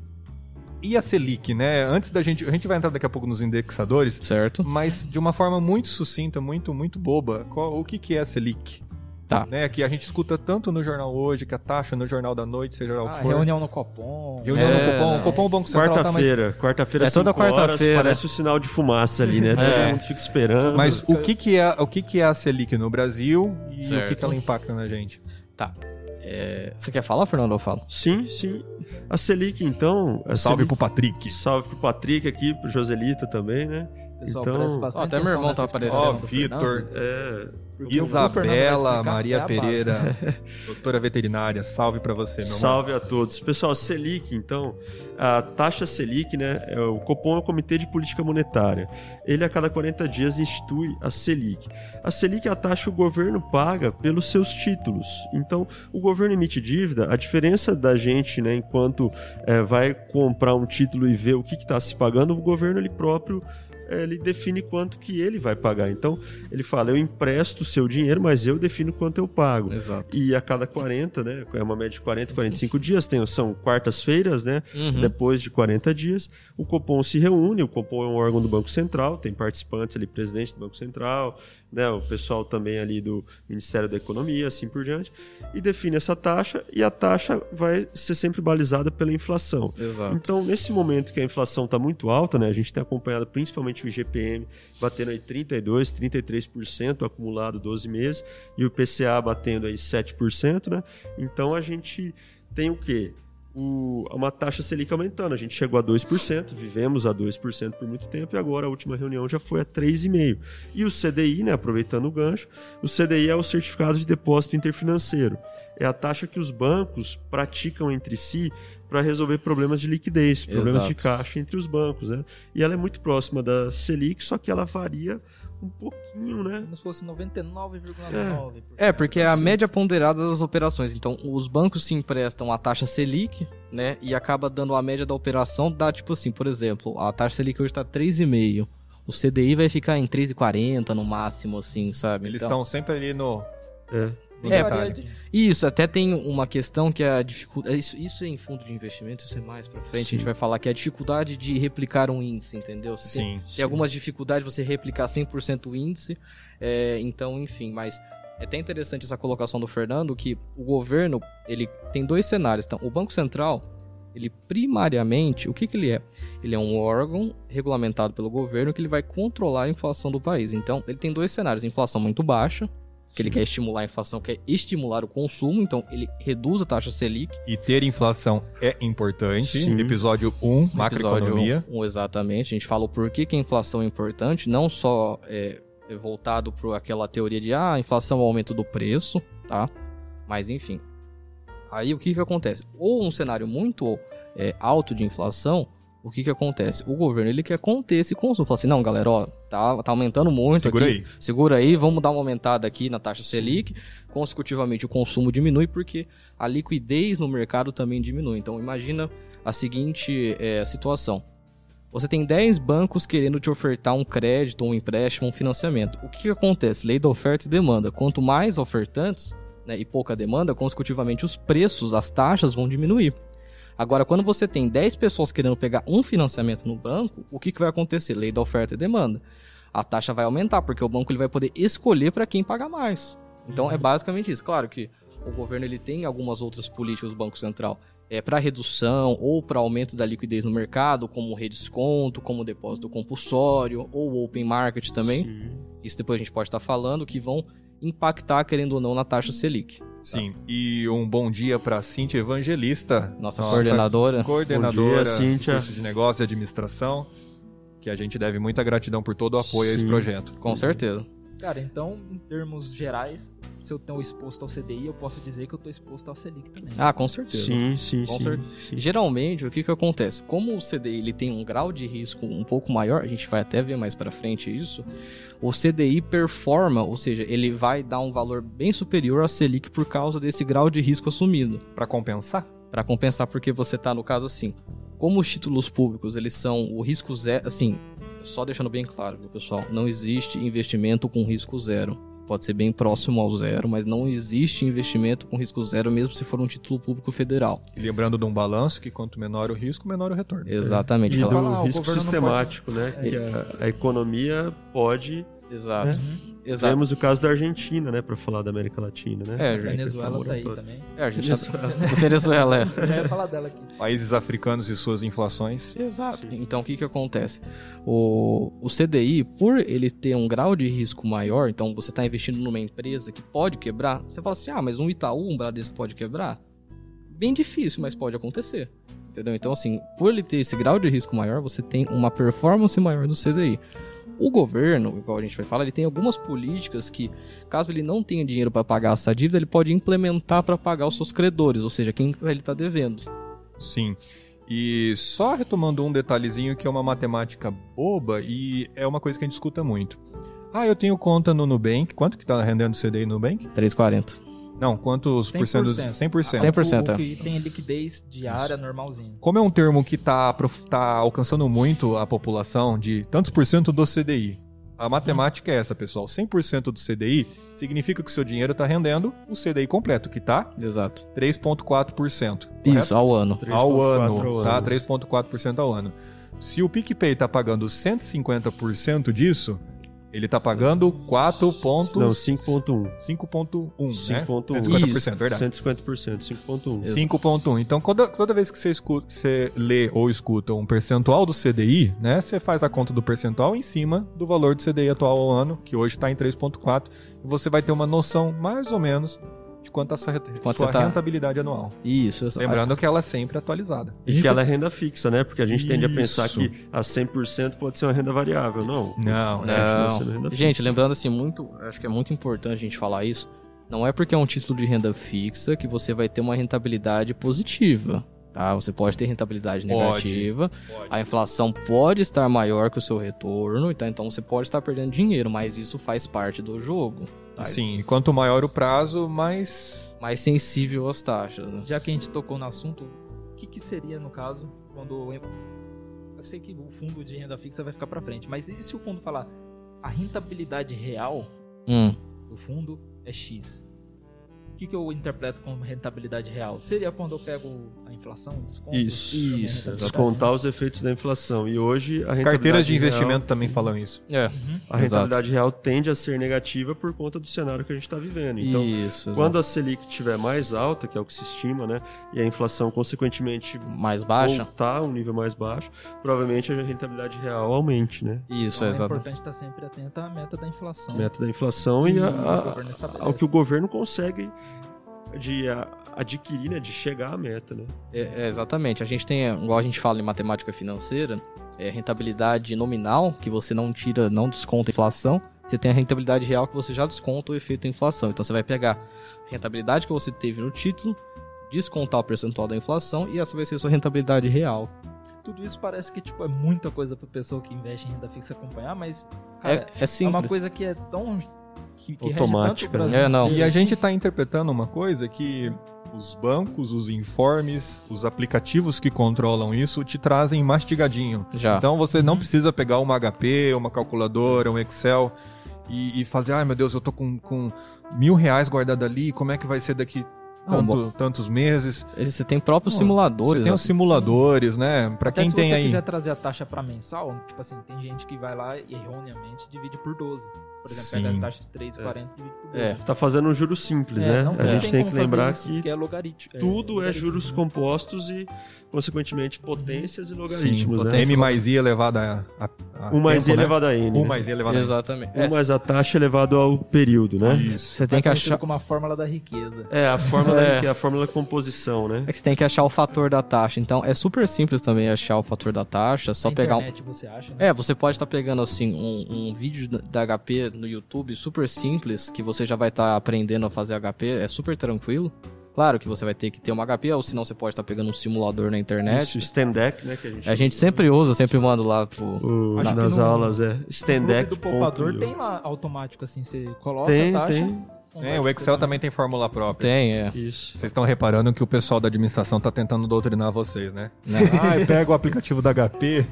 E a Selic, né? Antes da gente. A gente vai entrar daqui a pouco nos indexadores. Certo? Mas de uma forma muito sucinta, muito, muito boba. Qual- o que, que é a Selic? Tá. Né, que a gente escuta tanto no jornal hoje, que a taxa no jornal da noite, seja lá o Ah, que for. reunião no Copom. Reunião no É, Copom, não. o Copom o Banco Central tá mais... Quarta-feira, quarta-feira, É toda cinco horas, quarta-feira. Parece o sinal de fumaça ali, né? É. Todo mundo fica esperando. Mas o que que, é, o que que é a Selic no Brasil e o que Certo. que ela impacta na gente? É, Você quer falar, Fernando? Eu falo. Sim, sim. A Selic, então. A Salve Selic- pro Patrick. Salve pro Patrick aqui, pro Joselita também, né? Pessoal, Então- presta bastante Ó, até meu irmão atenção tá nessa aparecendo. Ó, expressão do Fernando. Vitor, É. Porque o que o Fernando vai Isabela, explicar é Maria a base. Pereira, doutora veterinária, salve pra você, meu irmão. Salve a todos. Pessoal, Selic, então, a taxa Selic, né? é O Copom é o Comitê de Política Monetária. Ele, a cada 40 dias, institui a Selic. A Selic é a taxa que o governo paga pelos seus títulos. Então, o governo emite dívida, a diferença da gente, né, enquanto é, vai comprar um título e ver o que está se pagando, o governo ele próprio. é, Ele define quanto que ele vai pagar. Então, ele fala: eu empresto o seu dinheiro, mas eu defino quanto eu pago. Exato. E a cada 40, né? É uma média de 40, 45 dias, tem, são quartas-feiras, né? Uhum. Depois de 40 dias, o Copom se reúne, o Copom é um órgão do Banco Central, tem participantes ali, presidente do Banco Central, né? O pessoal também ali do Ministério da Economia, assim por diante, e define essa taxa, e a taxa vai ser sempre balizada pela inflação. Exato. Então, nesse momento que a inflação está muito alta, né, a gente tem acompanhado principalmente o IGPM batendo aí 32, 33% acumulado 12 meses e o PCA batendo aí 7%, né? Então a gente tem o quê? O, uma taxa Selic aumentando. A gente chegou a 2%, vivemos a 2% por muito tempo e agora a última reunião já foi a 3,5%. E o CDI, né, aproveitando o gancho, o CDI é o Certificado de Depósito Interfinanceiro. É a taxa que os bancos praticam entre si para resolver problemas de liquidez, problemas de Exato. caixa entre os bancos, né? E ela é muito próxima da Selic, só que ela varia um pouquinho, né? Como se fosse 99,9%. É, porque é a Sim. média ponderada das operações. Então, os bancos se emprestam a taxa Selic, né? E acaba dando a média da operação, dá tipo assim, por exemplo, a taxa Selic hoje tá 3,5. O CDI vai ficar em 3,40 no máximo, assim, sabe? Eles Então- estão sempre ali no... É. no É, detalhe. Isso, até tem uma questão que é a dificuldade. Isso, isso é em fundo de investimento, isso é mais pra frente. Sim. A gente vai falar que é a dificuldade de replicar um índice, entendeu? Você tem- Sim. Tem algumas dificuldades você replicar 100% o índice. é, então, enfim, mas é até interessante essa colocação do Fernando que o governo, ele tem dois cenários. Então, o Banco Central, ele primariamente, o que que ele é? Ele é um órgão regulamentado pelo governo que ele vai controlar a inflação do país. Então, ele tem dois cenários, inflação muito baixa, que ele quer estimular a inflação, quer estimular o consumo, então ele reduz a taxa Selic. E ter inflação é importante. Sim. Episódio 1, macroeconomia. Episódio um, exatamente. A gente fala o porquê que a inflação é importante, não só é, é voltado para aquela teoria de ah, a inflação é o aumento do preço, tá? Mas enfim. Aí o que, que acontece? Ou um cenário muito é, alto de inflação, o que, que acontece? O governo ele quer conter esse consumo. Fala assim, não, galera, ó, tá, tá aumentando muito Segura aqui. aí. Segura aí, vamos dar uma aumentada aqui na taxa Selic. Consecutivamente, o consumo diminui porque a liquidez no mercado também diminui. Então, imagina a seguinte eh, situação: você tem 10 bancos querendo te ofertar um crédito, um empréstimo, um financiamento. O que, que acontece? Lei da oferta e demanda. Quanto mais ofertantes né, e pouca demanda, consecutivamente os preços, as taxas vão diminuir. Agora, quando você tem 10 pessoas querendo pegar um financiamento no banco, o que, que vai acontecer? Lei da oferta e demanda. A taxa vai aumentar, porque o banco ele vai poder escolher para quem pagar mais. Então, é basicamente isso. Claro que o governo ele tem algumas outras políticas do Banco Central é, para redução ou para aumento da liquidez no mercado, como redesconto, como depósito compulsório ou open market é também. Sim. Isso depois a gente pode estar falando que vão impactar, querendo ou não, na taxa Selic. Sim. E um bom dia para Cintia Evangelista, Nossa, coordenadora. coordenadora Bom dia, Cíntia. do curso de negócio e administração, que a gente deve muita gratidão por todo o apoio a esse Sim. projeto. Com certeza. Cara, então, em termos gerais, se eu estou exposto ao CDI, eu posso dizer que eu estou exposto ao Selic também. Ah, com certeza. Sim, sim, Com sim, certeza. sim. Geralmente, o que, que acontece? Como o CDI ele tem um grau de risco um pouco maior, a gente vai até ver mais pra frente isso, o CDI performa, ou seja, ele vai dar um valor bem superior à Selic por causa desse grau de risco assumido. Pra compensar? Pra compensar porque você tá no caso assim, como os títulos públicos, eles são o risco zero, assim, só deixando bem claro, viu, pessoal, não existe investimento com risco zero. Pode ser bem próximo ao zero, mas não existe investimento com risco zero, mesmo se for um título público federal. E lembrando de um balanço que quanto menor o risco, menor o retorno. E Exatamente. do Fala- fala, ah, o risco governo não sistemático, né? Que a, a economia pode. Exato. Exato. Temos o caso da Argentina, né? Para falar da América Latina, né? É, gente. Venezuela tá aí Moratório. também. É, a gente tá... Venezuela, é. Já ia falar dela aqui. Países africanos e suas inflações. Exato. Então, o que que acontece? O, o CDI, por ele ter um grau de risco maior, então você tá investindo numa empresa que pode quebrar, você fala assim, ah, mas um Itaú, um Bradesco pode quebrar? Bem difícil, mas pode acontecer. Entendeu? Então, assim, por ele ter esse grau de risco maior, você tem uma performance maior do CDI. O governo, igual a gente vai falar, ele tem algumas políticas que, caso ele não tenha dinheiro para pagar essa dívida, ele pode implementar para pagar os seus credores, ou seja, quem ele está devendo. Sim. E só retomando um detalhezinho que é uma matemática boba e é uma coisa que a gente escuta muito. Ah, eu tenho conta no Nubank. Quanto que tá rendendo o CDI no Nubank? 340. Não, quantos por cento? 100%. 100%. 100%, O, o que tem liquidez diária, normalzinho. Como é um termo que está alcançando muito a população de tantos por cento do CDI. A matemática é essa, pessoal. 100% do CDI significa que o seu dinheiro está rendendo o CDI completo, que tá Exato. 3,4%. correto? Isso, ao ano. ao 3,4 ano, tá? 3,4% ao ano. Se o PicPay tá pagando 150% disso, ele tá pagando Não, 4,5.1, 5.1. né? 5.1. 150%, verdade. 150%, 5.1. 5.1. Então, toda, toda vez que você, escuta, você lê ou escuta um percentual do CDI, né? Você faz a conta do percentual em cima do valor do CDI atual ao ano, que hoje está em 3.4, e você vai ter uma noção, mais ou menos, de quanto a sua, re- Quanto sua você tá? rentabilidade anual. Isso, exato. Lembrando que ela é sempre atualizada. E que ela é renda fixa, né? Porque a gente tende a pensar Isso. que a 100% pode ser uma renda variável, não. Não, Não. né? Renda Gente, fixa. lembrando assim, muito. Acho que é muito importante a gente falar isso. Não é porque é um título de renda fixa que você vai ter uma rentabilidade positiva. Tá? Você pode ter rentabilidade Pode. negativa. A inflação pode estar maior que o seu retorno. Tá? Então você pode estar perdendo dinheiro, mas isso faz parte do jogo. Tá? Sim, e quanto maior o prazo, mais. Mais sensível às taxas. Né? Já que a gente tocou no assunto, o que, que seria, no caso, quando. Eu eu sei que o fundo de renda fixa vai ficar pra frente, mas e se o fundo falar a rentabilidade real Hum. do fundo é X? O que, que eu interpreto como rentabilidade real? Seria quando eu pego a inflação, desconto? Isso. a minha Isso, rentabilidade? Descontar os efeitos da inflação. E hoje Tá a As rentabilidade carteiras de real- investimento também falam isso. É. Uhum. a Exato. rentabilidade real tende a ser negativa por conta do cenário que a gente está vivendo. Então, isso. quando a Selic estiver mais alta, que é o que se estima, né? E a inflação, consequentemente, exato. Mais baixa. voltar a um nível mais baixo, provavelmente a rentabilidade real aumente, né? Isso, Então, é exato. importante estar sempre atento à meta da inflação. Meta da inflação e que a- o a, governo estabelece. ao que o governo consegue de a- adquirir, né, de chegar à meta, né? É, é, exatamente. A gente tem, igual a gente fala em matemática financeira, é, rentabilidade nominal, que você não tira, não desconta a inflação. Você tem a rentabilidade real que você já desconta o efeito da inflação. Então você vai pegar a rentabilidade que você teve no título, descontar o percentual da inflação e essa vai ser a sua rentabilidade real. Tudo isso parece que tipo, é muita coisa pra pessoa que investe em renda fixa acompanhar, mas cara, é, é é, simples. uma coisa que é tão. Que, que rege Automática, tanto o né? Brasil É, não. E inteiro, a assim. gente está interpretando uma coisa que os bancos, os informes, os aplicativos que controlam isso te trazem mastigadinho. Já. Então você não Uhum. precisa pegar uma HP, uma calculadora, um Excel e, e fazer, ai meu Deus, eu tô com, com mil reais guardado ali, como é que vai ser daqui Não, tanto- tantos meses? Você tem próprios Não, Você simuladores. tem né? um os simuladores, né? Para Até quem se tem você aí. quiser trazer a taxa pra mensal, tipo assim, tem gente que vai lá e erroneamente divide por 12. Por exemplo, pega Sim. a taxa de 3,40 e divide por 12. É. Tá fazendo um juro simples, É, né? não a gente tem como que fazer lembrar isso, que porque é logaritmo. tudo é logaritmo, juros né? compostos e, consequentemente, potências e Sim, logaritmos, né? M mais I elevado a. a, a 1 mais I tempo, né? elevado a N. Um né? mais I elevado a Exatamente. É, Um mais a taxa elevado ao período, né? Isso. Você tem que Parecido achar. com uma fórmula da riqueza. É, a falava, né, É. que é a fórmula de composição, né? É que você tem que achar o fator da taxa. Então é super simples também achar o fator da taxa. Só Na pegar um. internet, você acha, né? É, você pode estar pegando assim um, um vídeo da da HP no YouTube super simples, que você já vai estar aprendendo a fazer HP, é super tranquilo. Claro que você vai ter que ter uma HP, ou senão você pode estar pegando um simulador na Isso, internet. stand deck, né, que a gente, A gente sempre usa, eu sempre mando lá pro. O- Acho que nas no- aulas é O stand clube deck. do poupador tem lá automático, assim, você coloca tem, a taxa. um tem. converte É, o pra Excel você. também tem fórmula própria. Tem, é. Isso. Vocês estão reparando que o pessoal da administração tá tentando doutrinar vocês, né? Ah, pega o aplicativo da HP.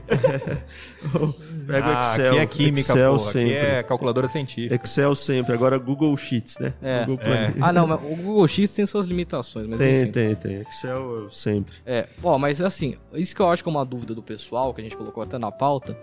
Pega o ah, Excel. aqui é química, Excel porra. sempre. Aqui é calculadora científica. Excel sempre. Agora Google Sheets, né? É. Google Planilha. Ah, não, mas o Google X tem suas limitações, mas Tem, enfim. tem, tem. Excel sempre. É, ó, mas assim, isso que eu acho que é uma dúvida do pessoal, que a gente colocou até na pauta.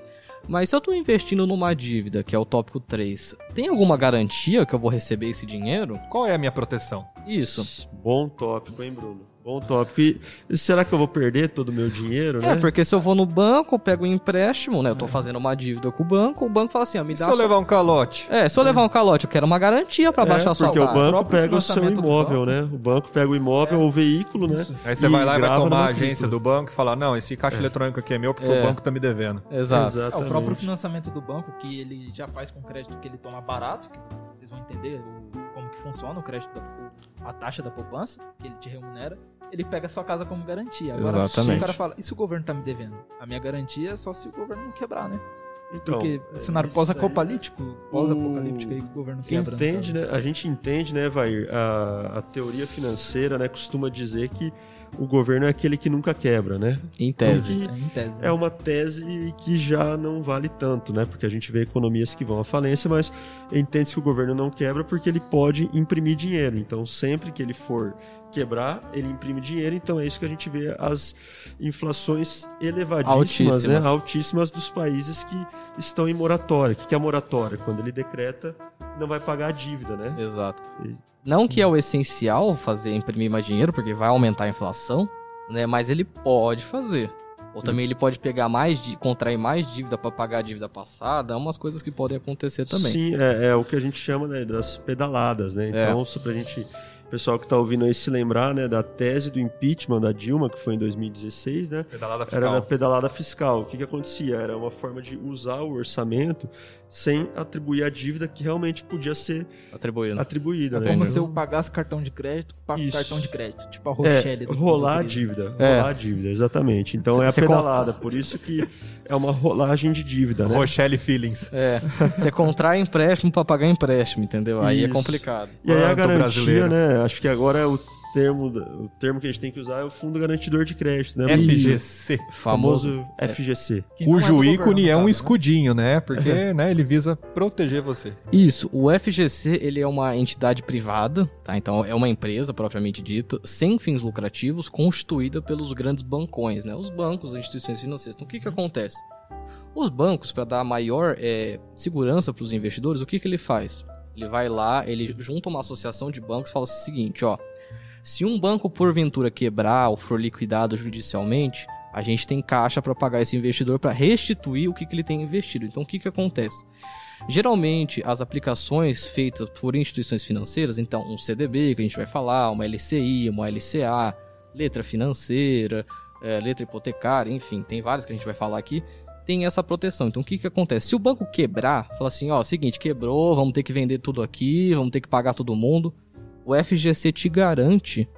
Mas se eu tô investindo numa dívida, que é o tópico 3, tem alguma garantia que eu vou receber esse dinheiro? Qual é a minha proteção? Isso. Bom tópico, hein, Bruno? Bom tópico. E e será que eu vou perder todo o meu dinheiro, É, né? porque se eu vou no banco, eu pego um empréstimo, né? Eu tô fazendo uma dívida com o banco, o banco fala assim, ó, me E se dá eu só- levar um calote? É, se eu levar um calote, eu quero uma garantia pra baixar a É, sua porque o taxa. banco próprio pega o seu financiamento do imóvel, né? O banco pega o imóvel ou o veículo, né? Isso. Aí você E vai lá e vai grava na tomar a agência matrícula. do banco e falar: não, esse caixa eletrônico aqui é meu porque É. o banco tá me devendo. Exato. É, o Exatamente. próprio financiamento do banco, que ele já faz com o crédito que ele toma barato, que vocês vão entender o- como que funciona o crédito, da, a taxa da poupança, que ele te remunera, ele pega a sua casa como garantia. Agora, Exatamente. o cara fala, e se o governo tá me devendo? A minha garantia é só se o governo não quebrar, né? Então, Porque é o cenário isso pós-apocalíptico, pós-apocalíptico O- aí que o governo Quem quebra. no entende, caso. né? A gente entende, né, Vair? A, a teoria financeira, né, costuma dizer que o governo é aquele que nunca quebra, né? Em tese. E É, em tese. é uma tese que já não vale tanto, né? Porque a gente vê economias que vão à falência, mas entende-se que o governo não quebra porque ele pode imprimir dinheiro. Então, sempre que ele for quebrar, ele imprime dinheiro. Então, é isso que a gente vê as inflações elevadíssimas, Altíssimas. né? Altíssimas dos países que estão em moratória. O que que é moratória? Quando ele decreta, não vai pagar a dívida, né? Exato. E- Não que é o essencial fazer imprimir mais dinheiro, porque vai aumentar a inflação, né? Mas ele pode fazer. Ou também ele pode pegar mais, dí- contrair mais dívida pra pagar a dívida passada, é umas coisas que podem acontecer também. É. Sim, é, é o que a gente chama né, das pedaladas, né? Então, só pra gente. O pessoal que tá ouvindo aí se lembrar, né, da tese do impeachment da Dilma, que foi em 2016, né? Pedalada Era fiscal. da pedalada fiscal. O que, que acontecia? Era uma forma de usar o orçamento sem atribuir a dívida que realmente podia ser Atribuindo. atribuída. É né? como Então, se eu pagasse cartão de crédito, pago Isso. cartão de crédito. Tipo a é, Rochelle. do- rolar a do- dívida. É. Rolar a dívida, exatamente. Então é a Você- você pedalada. Por isso que é uma rolagem de dívida, né? Rochelle Feelings. É. Você contrai empréstimo pra pagar empréstimo, entendeu? Aí é Isso. complicado. E aí a Quanto garantia, brasileiro. né? Acho que agora é o termo, da- o termo que a gente tem que usar é o Fundo Garantidor de Crédito, né? FGC. Famoso. famoso FGC. que não é do Cujo governo, ícone é um no caso, né? escudinho, né? Porque né, ele visa proteger você. Isso, o FGC ele é uma entidade privada, tá? Então é uma empresa propriamente dita, sem fins lucrativos, constituída pelos grandes bancões, né? Os bancos, as instituições financeiras. Então o que que acontece? Os bancos, para dar maior eh, segurança para os investidores, o que que ele faz? Ele vai lá, ele junta uma associação de bancos e fala o seguinte, ó. Se um banco porventura quebrar ou for liquidado judicialmente, a gente tem caixa para pagar esse investidor para restituir o que, que ele tem investido. Então o que que acontece? Geralmente, as aplicações feitas por instituições financeiras, então um CDB que a gente vai falar, uma LCI, uma LCA, letra financeira, eh, letra hipotecária, enfim, tem várias que a gente vai falar aqui, tem essa proteção. Então o que, que acontece? Se o banco quebrar, fala assim, ó, seguinte, quebrou, vamos ter que vender tudo aqui, vamos ter que pagar todo mundo, o FGC te garante,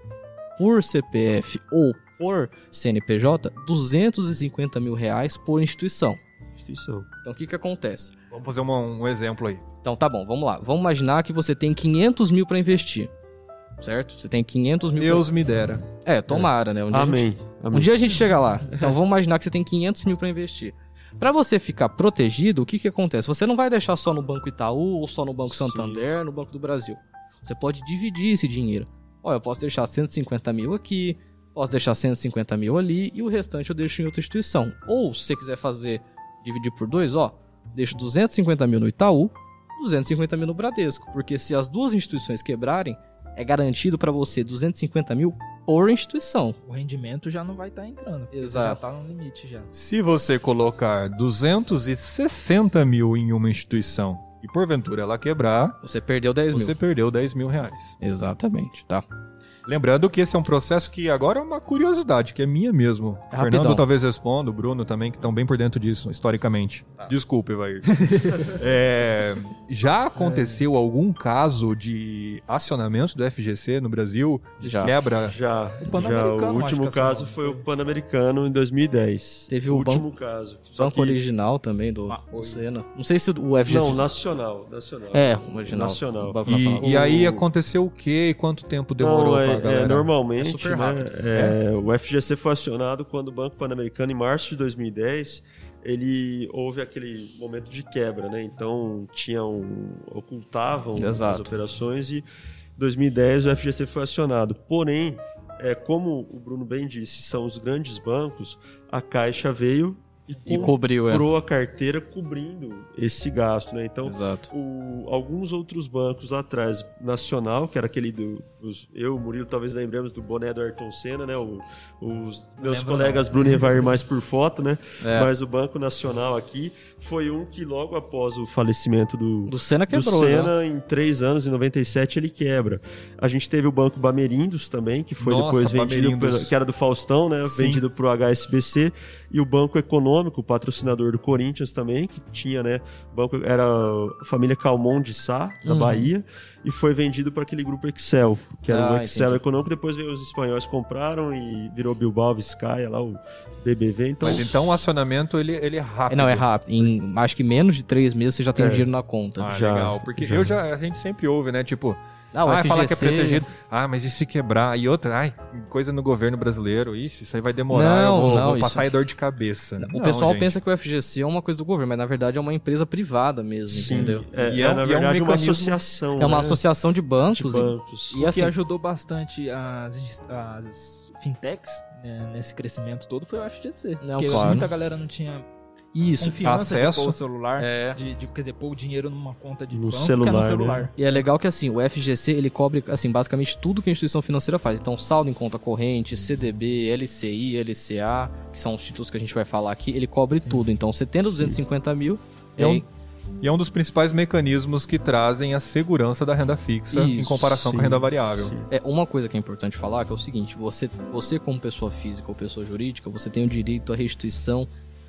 por CPF ou por CNPJ, 250 mil reais por instituição. Instituição. Então o que, que acontece? Vamos fazer uma- um exemplo aí. Então tá bom, vamos lá. Vamos imaginar que você tem 500 mil pra investir, certo? Você tem 500 mil. Deus me dera. pra- É, tomara, né? Um dia, a gente... Amém. um Amém. dia a gente chega lá. Então vamos imaginar que você tem 500 mil pra investir. Pra você ficar protegido, o que que acontece? Você não vai deixar só no Banco Itaú ou só no Banco Sim. Santander, no Banco do Brasil. Você pode dividir esse dinheiro. Olha, eu posso deixar 150 mil aqui, posso deixar 150 mil ali e o restante eu deixo em outra instituição. Ou se você quiser fazer dividir por dois, ó, deixo 250 mil no Itaú, 250 mil no Bradesco, porque se as duas instituições quebrarem, é garantido pra você 250 mil por instituição. O rendimento já não vai estar entrando. porque você Exato. Já tá no limite já. Se você colocar 260 mil em uma instituição e porventura ela quebrar, Você perdeu 10 mil. você perdeu 10 mil reais. Exatamente, tá? Lembrando que esse é um processo que agora é uma curiosidade, que é minha mesmo. É O Fernando rapidão. talvez responda, o Bruno também, que estão bem por dentro disso, historicamente. Tá. Desculpe, Vair. É, já aconteceu algum caso de acionamento do FGC no Brasil? De Já. quebra? Já, o, já, Pan-Americano, o acho que último é caso assim, foi o foi. Pan-Americano em 2010. Teve o último caso. O Só banco que- original também do, Ah, do oi. Senna. Não sei se o FGC. Não, nacional, nacional. É, o original. Nacional. O Banco Nacional. E, e O- aí aconteceu o quê e quanto tempo demorou Não, é, pra galera? é, normalmente, É super né, rápido. é, o FGC foi acionado quando o Banco Pan-Americano, em março de 2010, ele houve aquele momento de quebra, né? Então tinham ocultavam as Exato. operações e em 2010 o FGC foi acionado. Porém, é, como o Bruno bem disse, são os grandes bancos, a Caixa veio E e cobriu, é. comprou a carteira cobrindo esse gasto, né? Então Exato. o- alguns outros bancos lá atrás, Nacional, que era aquele do. os- eu, o Murilo, talvez lembremos do boné do Ayrton Senna, né? O- os meus Lembro colegas Bruno e Evair mais por foto, né? É. Mas o Banco Nacional aqui foi um que logo após o falecimento do, Do Senna do quebrou, né? Senna, em três anos, em 97, ele quebra. A gente teve o Banco Bamerindos também, que foi Nossa, depois vendido, Bamerindos. pelo- que era do Faustão, né? Sim. Vendido pro HSBC. E o Banco Econômico, patrocinador do Corinthians também, que tinha, né? o Banco, era a família Calmon de Sá, da Uhum. Bahia, e foi vendido para aquele grupo Excel, que era Ah, o Excel entendi. Econômico. Depois veio os espanhóis compraram e virou Bilbao, Vizcaya, lá o BBV. Então, Mas então o acionamento ele, ele é É, rápido. Não, é rápido. Em acho que menos de três meses você já tem É. o dinheiro na conta. Ah, Já, legal. Porque já. eu já, a gente sempre ouve, né? Tipo, Ah, ah, fala que é protegido. Ah, mas e se quebrar? E outra, ai, coisa no governo brasileiro. Ixi, isso aí vai demorar. Não, eu vou, não, vou passar isso- e dor de cabeça. O Não, pessoal gente. pensa que o FGC é uma coisa do governo, mas na verdade é uma empresa privada mesmo, sim, entendeu? é, E é um- na e é um verdade uma mecanismo- associação. É uma né, associação de de bancos. bancos. E assim, que ajudou bastante as, as fintechs né, nesse crescimento todo foi o FGC. Não, porque claro. muita galera não tinha isso. confiança acesso. de pôr o celular, É. de, de, quer dizer, pôr o dinheiro numa conta de No banco, que é celular, no né? celular. E é legal que assim, o FGC ele cobre assim basicamente tudo que a instituição financeira faz. Então, saldo em conta corrente, CDB, LCI, LCA, que são os títulos que a gente vai falar aqui, ele cobre tudo. Então, 70, 250 mil. É um- E é um dos principais mecanismos que trazem a segurança da renda fixa em Isso, comparação com a sim, renda variável. sim. É uma coisa que é importante falar que é o seguinte: você, você como pessoa física ou pessoa jurídica, você tem o direito à restituição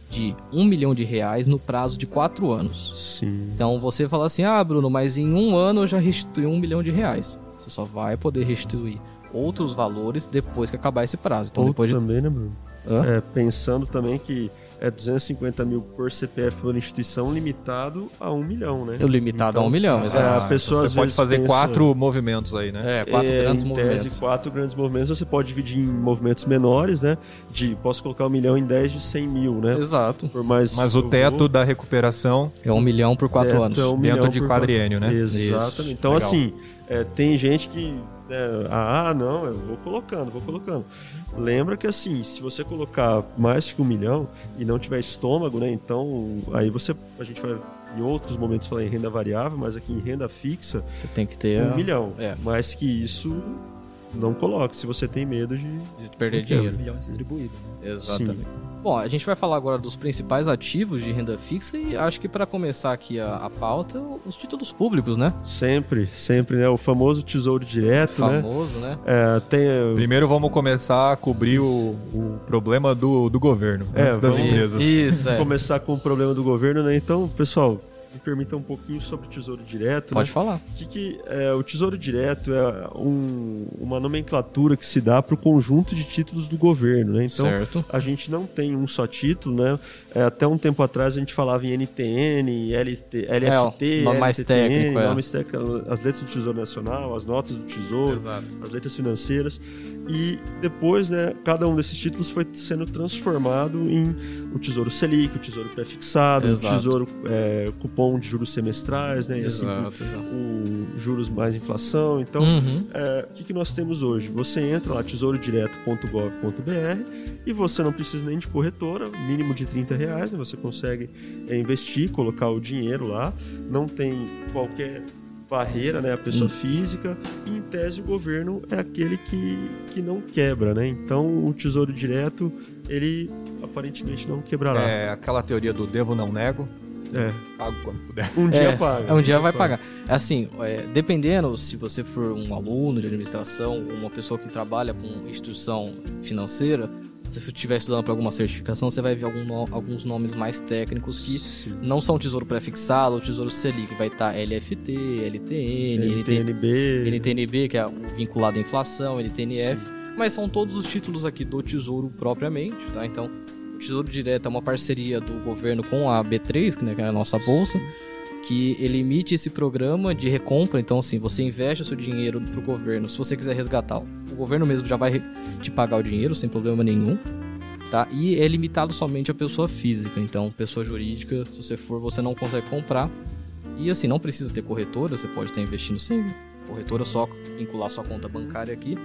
de um milhão de reais no prazo de quatro anos. Sim. Então você fala assim, ah, Bruno, mas em um ano eu já restituí um milhão de reais. Você só vai poder restituir outros valores depois que acabar esse prazo. Então Ou depois de. também, né, Bruno? Hã? É, pensando também que é 250 mil por CPF por instituição, limitado a 1 milhão, né? Eu limitado a um Então, milhão, é, exato. a pessoa às Ah, Você pode vezes fazer pensa- quatro movimentos aí, né? É, quatro É, grandes em movimentos. Tese, quatro grandes movimentos, você pode dividir em movimentos menores, né? De, posso colocar 1 milhão em 10 de 100 mil, né? Exato. Por mais Mas o eu teto vou- da recuperação É um milhão por quatro Teto anos. é um dentro milhão de por quadriênio, né? Exatamente. Isso, Então, legal. assim, é, tem gente que. né, ah, não, eu vou colocando, vou colocando. Lembra que, assim, se você colocar mais que um milhão e não tiver estômago, né? Então, aí você. A gente vai, em outros momentos, falar em renda variável, mas aqui em renda fixa, Você tem que ter. um milhão. é. Mas que isso não coloque, se você tem medo de. De perder Que é um dinheiro. milhão distribuído. né? Exatamente. Bom, a gente vai falar agora dos principais ativos de renda fixa e acho que para começar aqui a, a pauta, os títulos públicos, né? Sempre, sempre, né? O famoso tesouro direto, né? Famoso, né? É, tem. Primeiro vamos começar a cobrir o, o problema do, do governo, É, antes das vamos- empresas. Isso, é. Começar com o problema do governo, né? Então, pessoal, me permita um pouquinho sobre o Tesouro Direto. né? Pode falar. O que, que é, o Tesouro Direto é um- uma nomenclatura que se dá para o conjunto de títulos do governo, né? Então certo. a gente não tem um só título, né? É, até um tempo atrás a gente falava em NTN, LT, LFT, É, o nome mais LTTN, técnico, é. nome mais técnico, as letras do Tesouro Nacional, as notas do Tesouro, Exato. as letras financeiras e depois, né, cada um desses títulos foi sendo transformado em o Tesouro Selic, o Tesouro pré-fixado, o Exato. Tesouro é, cupom de juros semestrais, né, e assim por Exato, exato. o juros mais inflação. Então, Uhum. é, o que, que nós temos hoje? Você entra lá, tesourodireto.gov.br e você não precisa nem de corretora, mínimo de 30 reais, né? você consegue é, investir, colocar o dinheiro lá, não tem qualquer barreira, né, a Hum. pessoa física, e em tese o governo é aquele que, que não quebra, né, então o Tesouro Direto, ele aparentemente não quebrará. É. É aquela teoria do devo não nego. É, Pago quando puder. um dia É paga. um dia vai pagar. Assim, é, dependendo se você for um aluno de administração, uma pessoa que trabalha com instituição financeira, se você estiver estudando para alguma certificação, você vai ver algum no- alguns nomes mais técnicos que Sim. não são tesouro prefixado ou tesouro Selic. Vai tá estar LFT, LTN, LTN, LTNB. LTNB, que é o vinculado à inflação, LTNF. Mas são todos os títulos aqui do tesouro propriamente, tá? Então, o tesouro direto é uma parceria do governo com a B3, né, que é a nossa bolsa que ele emite esse programa de recompra. Então, assim, você investe o seu dinheiro pro governo. Se você quiser resgatar, o governo mesmo já vai re- te pagar o dinheiro sem problema nenhum. Tá? E é limitado somente à pessoa física. Então, pessoa jurídica, se você for, você não consegue comprar. E assim, não precisa ter corretora, você pode estar investindo sem corretora, só vincular sua conta bancária aqui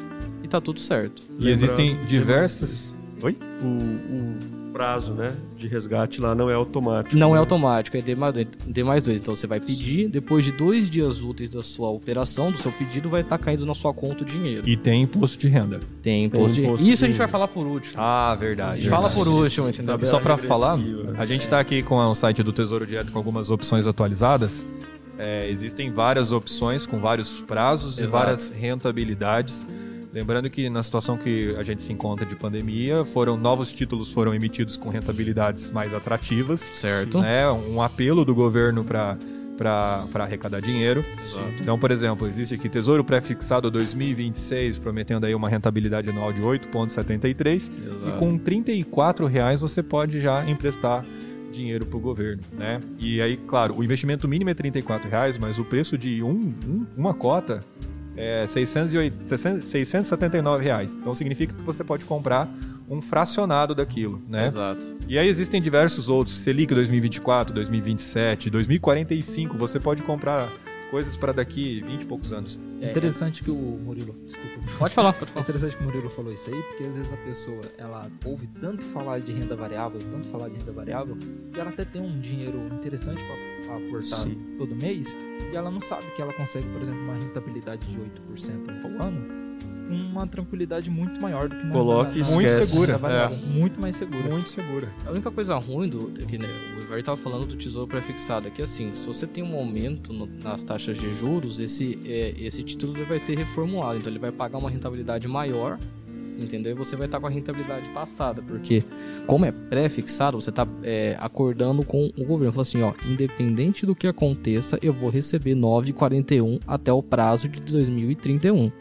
e tá tudo certo. E existem diversas. Oi? O, o prazo, né, de resgate lá não é automático. Não é né? automático, é D mais, dois, D mais dois. Então você vai pedir, depois de dois dias úteis da sua operação, do seu pedido, vai estar caindo na sua conta o dinheiro. E tem imposto de renda. Tem imposto, Tem de- imposto Isso a de- gente vai falar por último. Ah, a verdade. gente fala por último, entendeu? E só pra Tabela falar, regressiva, né? a gente tá aqui com o site do Tesouro Direto com algumas opções atualizadas. É, existem várias opções com vários prazos e Exato. várias rentabilidades. Lembrando que na situação que a gente se encontra de pandemia, foram novos títulos foram emitidos com rentabilidades mais atrativas. Certo. Né? Um apelo do governo para arrecadar dinheiro. Exato. Então, por exemplo, existe aqui Tesouro Prefixado 2026, prometendo aí uma rentabilidade anual de 8,73. E com R$ 34 reais você pode já emprestar dinheiro para o governo, né? E aí, claro, o investimento mínimo é 34 reais, mas o preço de um, um- uma cota é 608, 600 679 reais. Então significa que você pode comprar um fracionado daquilo, né? Exato. E aí existem diversos outros, Selic 2024, 2027, 2045, você pode comprar coisas para daqui 20 e poucos anos. É interessante que o Murilo. Desculpa. Pode falar, pode É falar. interessante que o Murilo falou isso aí, porque às vezes a pessoa ela ouve tanto falar de renda variável, tanto falar de renda variável, que ela até tem um dinheiro interessante para aportar Sim. todo mês, e ela não sabe que ela consegue, por exemplo, uma rentabilidade de 8% ao ano, com uma tranquilidade muito maior do que na Coloque na, e na, Muito esquece. segura. É. renda variável, muito mais segura. Muito segura. A única coisa ruim do é que né, o Ivar tava falando do tesouro prefixado é que assim, se você tem um aumento no- nas taxas de juros, esse é, esse título ele vai ser reformulado, então ele vai pagar uma rentabilidade maior, entendeu? E você vai estar com a rentabilidade passada, porque como é pré-fixado, você tá é, acordando com o governo, fala assim, ó, independente do que aconteça, eu vou receber 9,41 até o prazo de 2031.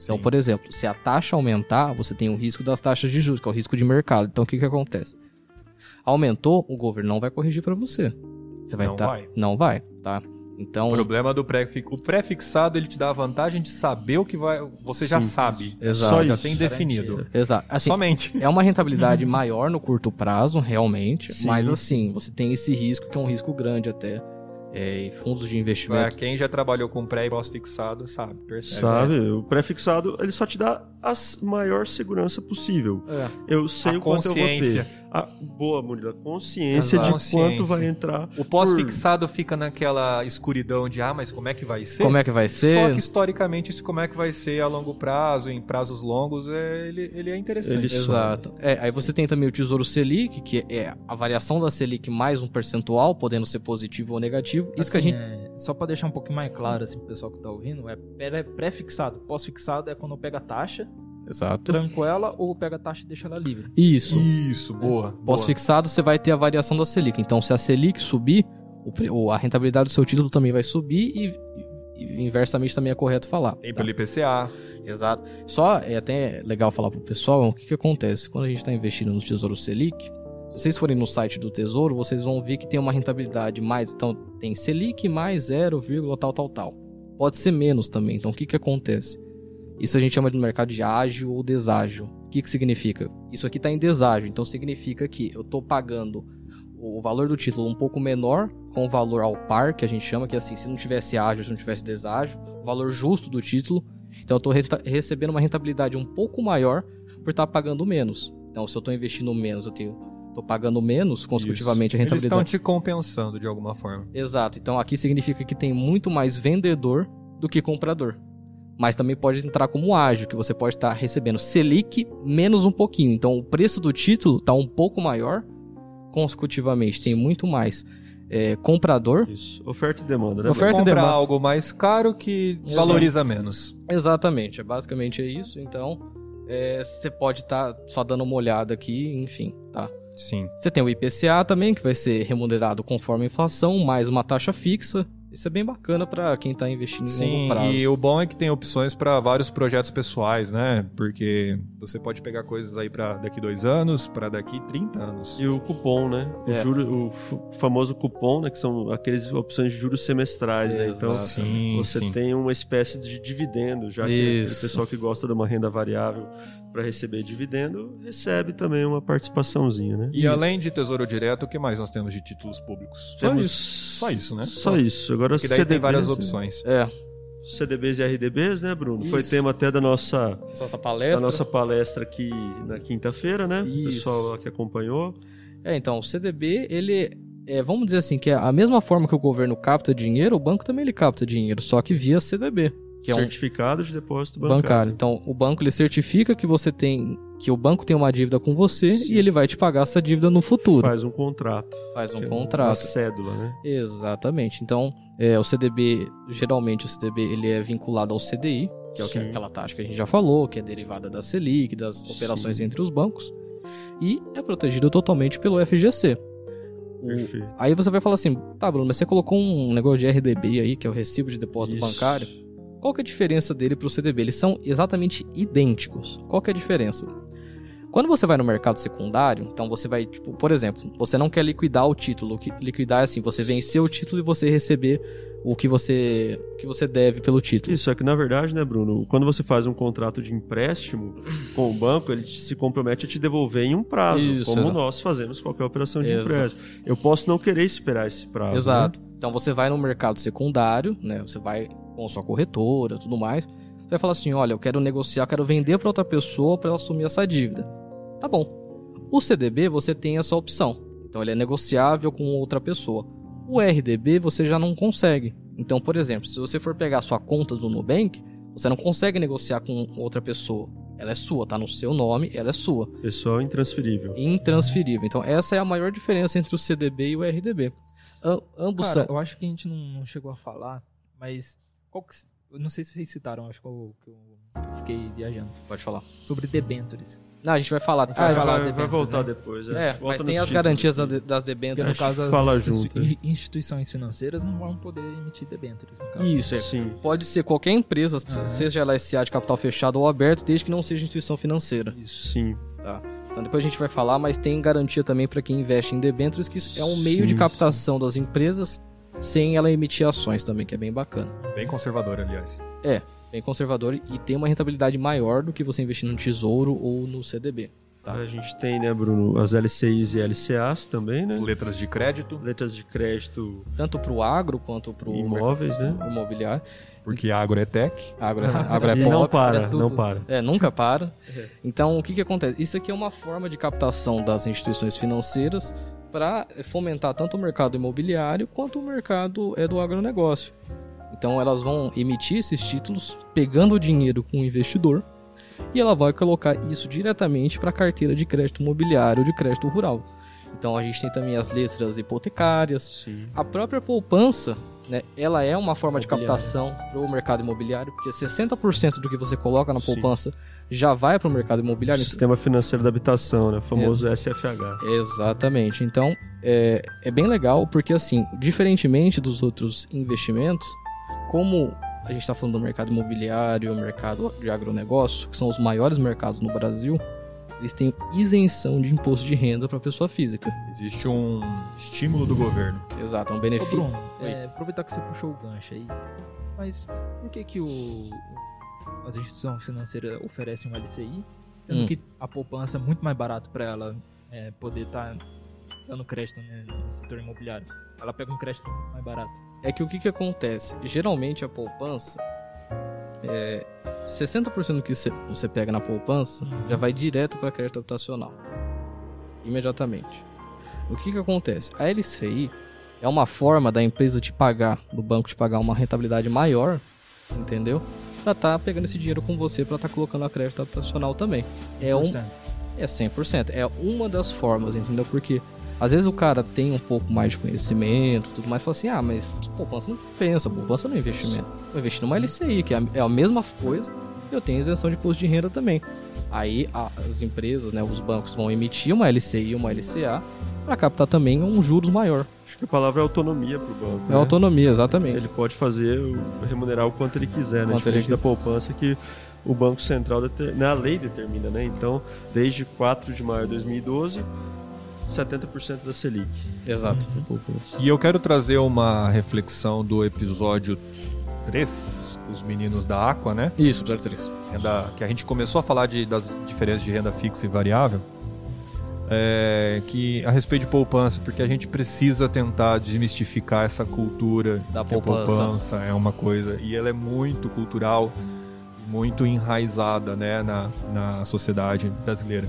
Então, Sim. por exemplo, se a taxa aumentar, você tem o risco das taxas de juros, que é o risco de mercado. Então, o que, que acontece? Aumentou, o governo não vai corrigir para você. Você vai Não tá- vai. Não vai, tá? Então, O problema do pré O pré-fixado ele te dá a vantagem de saber o que vai. Você já Sim. sabe. Exato. Tá Só já isso. né? tem definido. exato. Assim, Somente. é uma rentabilidade maior no curto prazo, realmente. Sim. Mas assim, você tem esse risco, que é um risco grande até. É, em fundos de Pra investimento. quem já trabalhou com pré e pós-fixado, sabe, percebe. Sabe? O prefixado, ele só te dá a s- maior segurança possível. É. Eu sei A o quanto eu vou ter. consciência. A, boa, Murilo. A consciência Exato. de Consciência. quanto vai entrar. O pós-fixado Hum. fica naquela escuridão de, ah, mas como é que vai ser? Como é que vai ser? Só que historicamente, isso como é que vai ser a longo prazo, em prazos longos, é, ele, ele é interessante. Ele- Isso. Exato. É, aí você tem também o Tesouro Selic, que é a variação da Selic mais um percentual, podendo ser positivo ou negativo. Isso que a Assim, gente. é, só pra deixar um pouquinho mais claro assim pro pessoal que tá ouvindo, é pré- pré-fixado, pós-fixado é quando pega a taxa, é. Exato. tranco ela ou pega a taxa e deixa ela livre. Isso. Isso, boa. boa. Pós-fixado, você vai ter a variação da Selic. Então, se a Selic subir, o pre- o- a rentabilidade do seu título também vai subir e. e Inversamente também é correto falar. Tem tá? pelo IPCA. Exato. Só é até legal falar pro pessoal o que, que acontece. Quando a gente está investindo no Tesouro Selic, se vocês forem no site do Tesouro, vocês vão ver que tem uma rentabilidade mais. Então, tem Selic mais 0, vírgula, tal, tal, tal. Pode ser menos também. Então, o que, que acontece? Isso a gente chama no mercado de ágio ou deságio. O que, que significa? Isso aqui está em deságio. Então, significa que eu estou pagando o valor do título um pouco menor com o valor ao par, que a gente chama, que assim, se não tivesse ágio, se não tivesse deságio, o valor justo do título então eu estou recebendo uma rentabilidade um pouco maior por estar pagando menos. Então se eu estou investindo menos, eu tenho tô pagando menos consecutivamente a Eles estão rentabilidade. te compensando de alguma forma. Exato. Então aqui significa que tem muito mais vendedor do que comprador. Mas também pode entrar como ágio, que você pode estar recebendo Selic menos um pouquinho. tá Então o preço do título está um pouco maior consecutivamente, tem muito mais é, comprador. Isso. Oferta e demanda, né? Você Oferta e compra demanda. algo mais caro que Exato. valoriza menos. Exatamente, é basicamente é isso. Então, é, você pode estar só dando uma olhada aqui, enfim, tá? Sim. Você tem o IPCA também, que vai ser remunerado conforme a inflação, mais uma taxa fixa. Isso é bem bacana para quem tá investindo em Sim, longo prazo. e o bom é que tem opções para vários projetos pessoais, né? Porque você pode pegar coisas aí para daqui dois anos, para daqui 30 anos. E o cupom, né? O, É. juro, o f- famoso cupom, né? Que são aquelas opções de juros semestrais, né? Então, Exato. sim, você sim. tem uma espécie de dividendo, já que o Isso. pessoal que gosta de uma renda variável para receber dividendo recebe também uma participaçãozinha, né? E além de Tesouro Direto, o que mais nós temos de títulos públicos? Só Temos- isso. Só isso, né? Só isso. Agora Porque daí tem CDBs, várias opções. É, CDBs e RDBs, né, Bruno? Foi Isso. tema até da nossa, só essa da é palestra. nossa palestra aqui na quinta-feira, né? O Isso. pessoal lá que acompanhou. É, então, o CDB, ele. É, vamos dizer assim, que é a mesma forma que o governo capta dinheiro, o banco também ele capta dinheiro, só que via CDB, que é um certificado de depósito bancário. bancário. Então, o banco ele certifica que você tem. que o banco tem uma dívida com você Sim. e ele vai te pagar essa dívida no futuro. Faz, Faz um contrato. um que é Uma contrato. cédula, né? Exatamente. Então, é, o CDB, geralmente o CDB ele é vinculado ao CDI, que é o que- Sim. aquela taxa que a gente já falou, que é derivada da Selic, das operações Sim. entre os bancos, e é protegido totalmente pelo FGC. O- Perfeito. Aí você vai falar assim, tá Bruno, mas você colocou um negócio de RDB aí, que é o recibo de depósito Isso. bancário. Qual que é a diferença dele pro CDB? Eles são exatamente idênticos. Qual que é a diferença? Quando você vai no mercado secundário, então você vai, tipo, por exemplo, você não quer liquidar o título. que- Liquidar é assim, você vencer o título e você receber o que você, o que você deve pelo título. Isso, é que na verdade, né, Bruno? Quando você faz um contrato de empréstimo com o banco, ele te- se compromete a te devolver em um prazo, Isso, como exato. nós fazemos qualquer operação de Exato. empréstimo. Eu posso não querer esperar esse prazo. né? Exato. Então você vai no mercado secundário, né? Você vai com a sua corretora, tudo mais. Você vai falar assim: olha, eu quero negociar, eu quero vender para outra pessoa para ela assumir essa dívida. Tá bom. O CDB você tem essa opção. Então ele é negociável com outra pessoa. O RDB você já não consegue. Então, por exemplo, se você for pegar a sua conta do Nubank, você não consegue negociar com outra pessoa. Ela é sua, tá no seu nome, ela é sua Né? Pessoal intransferível. intransferível. Então, essa é a maior diferença entre o CDB e o RDB. Am- ambos Cara, são. eu acho que a gente não, não chegou a falar, mas qual que, se- eu não sei se vocês citaram, acho que eu, que eu fiquei viajando Pode falar. sobre debentures. Não, a gente vai falar. A gente Ah, vai, vai falar vai debêntures, voltar né? depois. é, Volta mas nos tem as títulos garantias aqui. de- das Porque debêntures. no Acho que caso as fala institui- junto, né? instituições financeiras não vão poder emitir debentures, no caso. Isso, é. Sim. Pode ser qualquer empresa, É. Aham. seja ela SA de capital fechado ou aberto, desde que não seja instituição financeira. Sim. Então, depois a gente vai falar, mas tem garantia também para quem investe em debêntures, que é um meio de Sim, captação das empresas sem ela emitir ações também, que é bem bacana. Bem conservador, aliás. Bem conservador e tem uma rentabilidade maior do que você investir no tesouro ou no CDB. Tá. A gente tem, né, Bruno, as LCIs e LCAs também, né? Letras de crédito, Letras de crédito Tanto pro agro quanto pro imóveis, né? mercado imobiliário. porque agro é tech. Agro, é- agro é e não pop, para, é tudo. não para. É, nunca para. Então, o que, que acontece? Isso aqui é uma forma de captação das instituições financeiras para fomentar tanto o mercado imobiliário quanto o mercado é, do agronegócio. Então, elas vão emitir esses títulos, pegando o dinheiro com o investidor, e ela vai colocar isso diretamente para a carteira de crédito imobiliário ou de crédito rural. Então, a gente tem também as letras hipotecárias, Sim. A própria poupança, né, ela é uma forma de Imobiliário. captação para o mercado imobiliário, porque 60% do que você coloca na Sim. poupança já vai para o mercado O imobiliário. sistema financeiro da habitação, né? O famoso SFH. Exatamente. Então, é, é bem legal, porque assim, diferentemente dos outros investimentos, como a gente está falando do mercado imobiliário, mercado de agronegócio, que são os maiores mercados no Brasil, eles têm isenção de imposto de renda para pessoa física. Existe um estímulo do governo. Exato, é um Ô, benefício. Bruno, Oi. é, aproveitar que você puxou o gancho aí, mas por que que o, o- as instituições financeiras oferecem um LCI, sendo Hum. que a poupança é muito mais barato para ela é, poder estar dando crédito né, no setor imobiliário? Ela pega um crédito muito mais barato. é que o que, que acontece? Geralmente a poupança, é, 60% do que cê- você pega na poupança já vai direto para crédito habitacional, imediatamente. O que, que acontece? A LCI é uma forma da empresa te pagar, do banco te pagar uma rentabilidade maior, entendeu? Pra tá pegando esse dinheiro com você, pra tá colocando a crédito habitacional também. É um, 100%. é 100%. É uma das formas, entendeu? Porque Às vezes o cara tem um pouco mais de conhecimento, tudo mais, fala assim: ah, mas poupança não pensa, poupança não é investimento. Eu investi numa LCI, que é a- é a mesma coisa, eu tenho isenção de imposto de renda também. Aí a- as empresas, né, os bancos vão emitir uma LCI e uma LCA para captar também um juros maior. Acho que a palavra é autonomia pro banco. É né? autonomia, exatamente. Ele pode fazer, o- remunerar o quanto ele quiser, né? Quanto ele Diferente da quiser. poupança que o Banco Central, deter- na lei determina, né? Então, desde 4 de maio de 2012, 70% da Selic. Exato. da poupança. E eu quero trazer uma reflexão do episódio 3, os meninos da Aqua, né? Isso, 03. renda- que a gente começou a falar de- das diferenças de renda fixa e variável, é, que a respeito de poupança, porque a gente precisa tentar desmistificar essa cultura Da que a poupança. poupança é uma coisa e ela é muito cultural, muito enraizada né, na, na sociedade brasileira.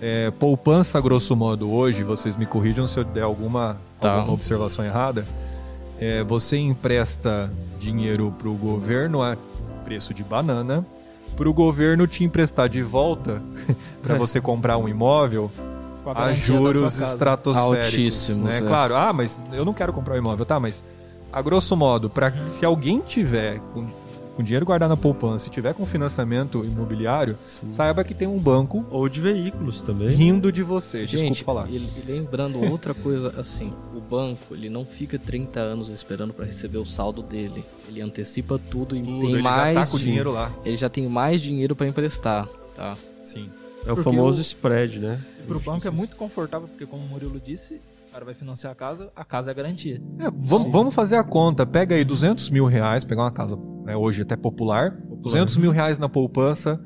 É, poupança, grosso modo, hoje, vocês me corrijam se eu der alguma, Tá. alguma observação errada. É, você empresta dinheiro para o governo a preço de banana, para o governo te emprestar de volta para você comprar um imóvel Com a garantia da sua Ah, juros casa. estratosféricos. Altíssimos, né? é. Claro, ah, mas eu não quero comprar um imóvel, tá? Mas a grosso modo, para se alguém tiver com, com dinheiro guardado na poupança, se tiver com financiamento imobiliário, Sim. saiba que tem um banco Ou de veículos também. rindo de você. Gente, Desculpa falar. e- e lembrando outra coisa assim, o banco, ele não fica 30 anos esperando para receber o saldo dele. Ele antecipa tudo e Tudo, tem ele mais já tá com o din- dinheiro lá. Ele já tem mais dinheiro para emprestar, tá? Sim. É o Porque famoso o- spread, né? Pro banco é muito confortável, porque como o Murilo disse, o cara vai financiar a casa, a casa é a garantia. vamos, vamos fazer a conta. Pega aí 200 mil reais, pegar uma casa é, hoje até popular, 200 mil reais na poupança,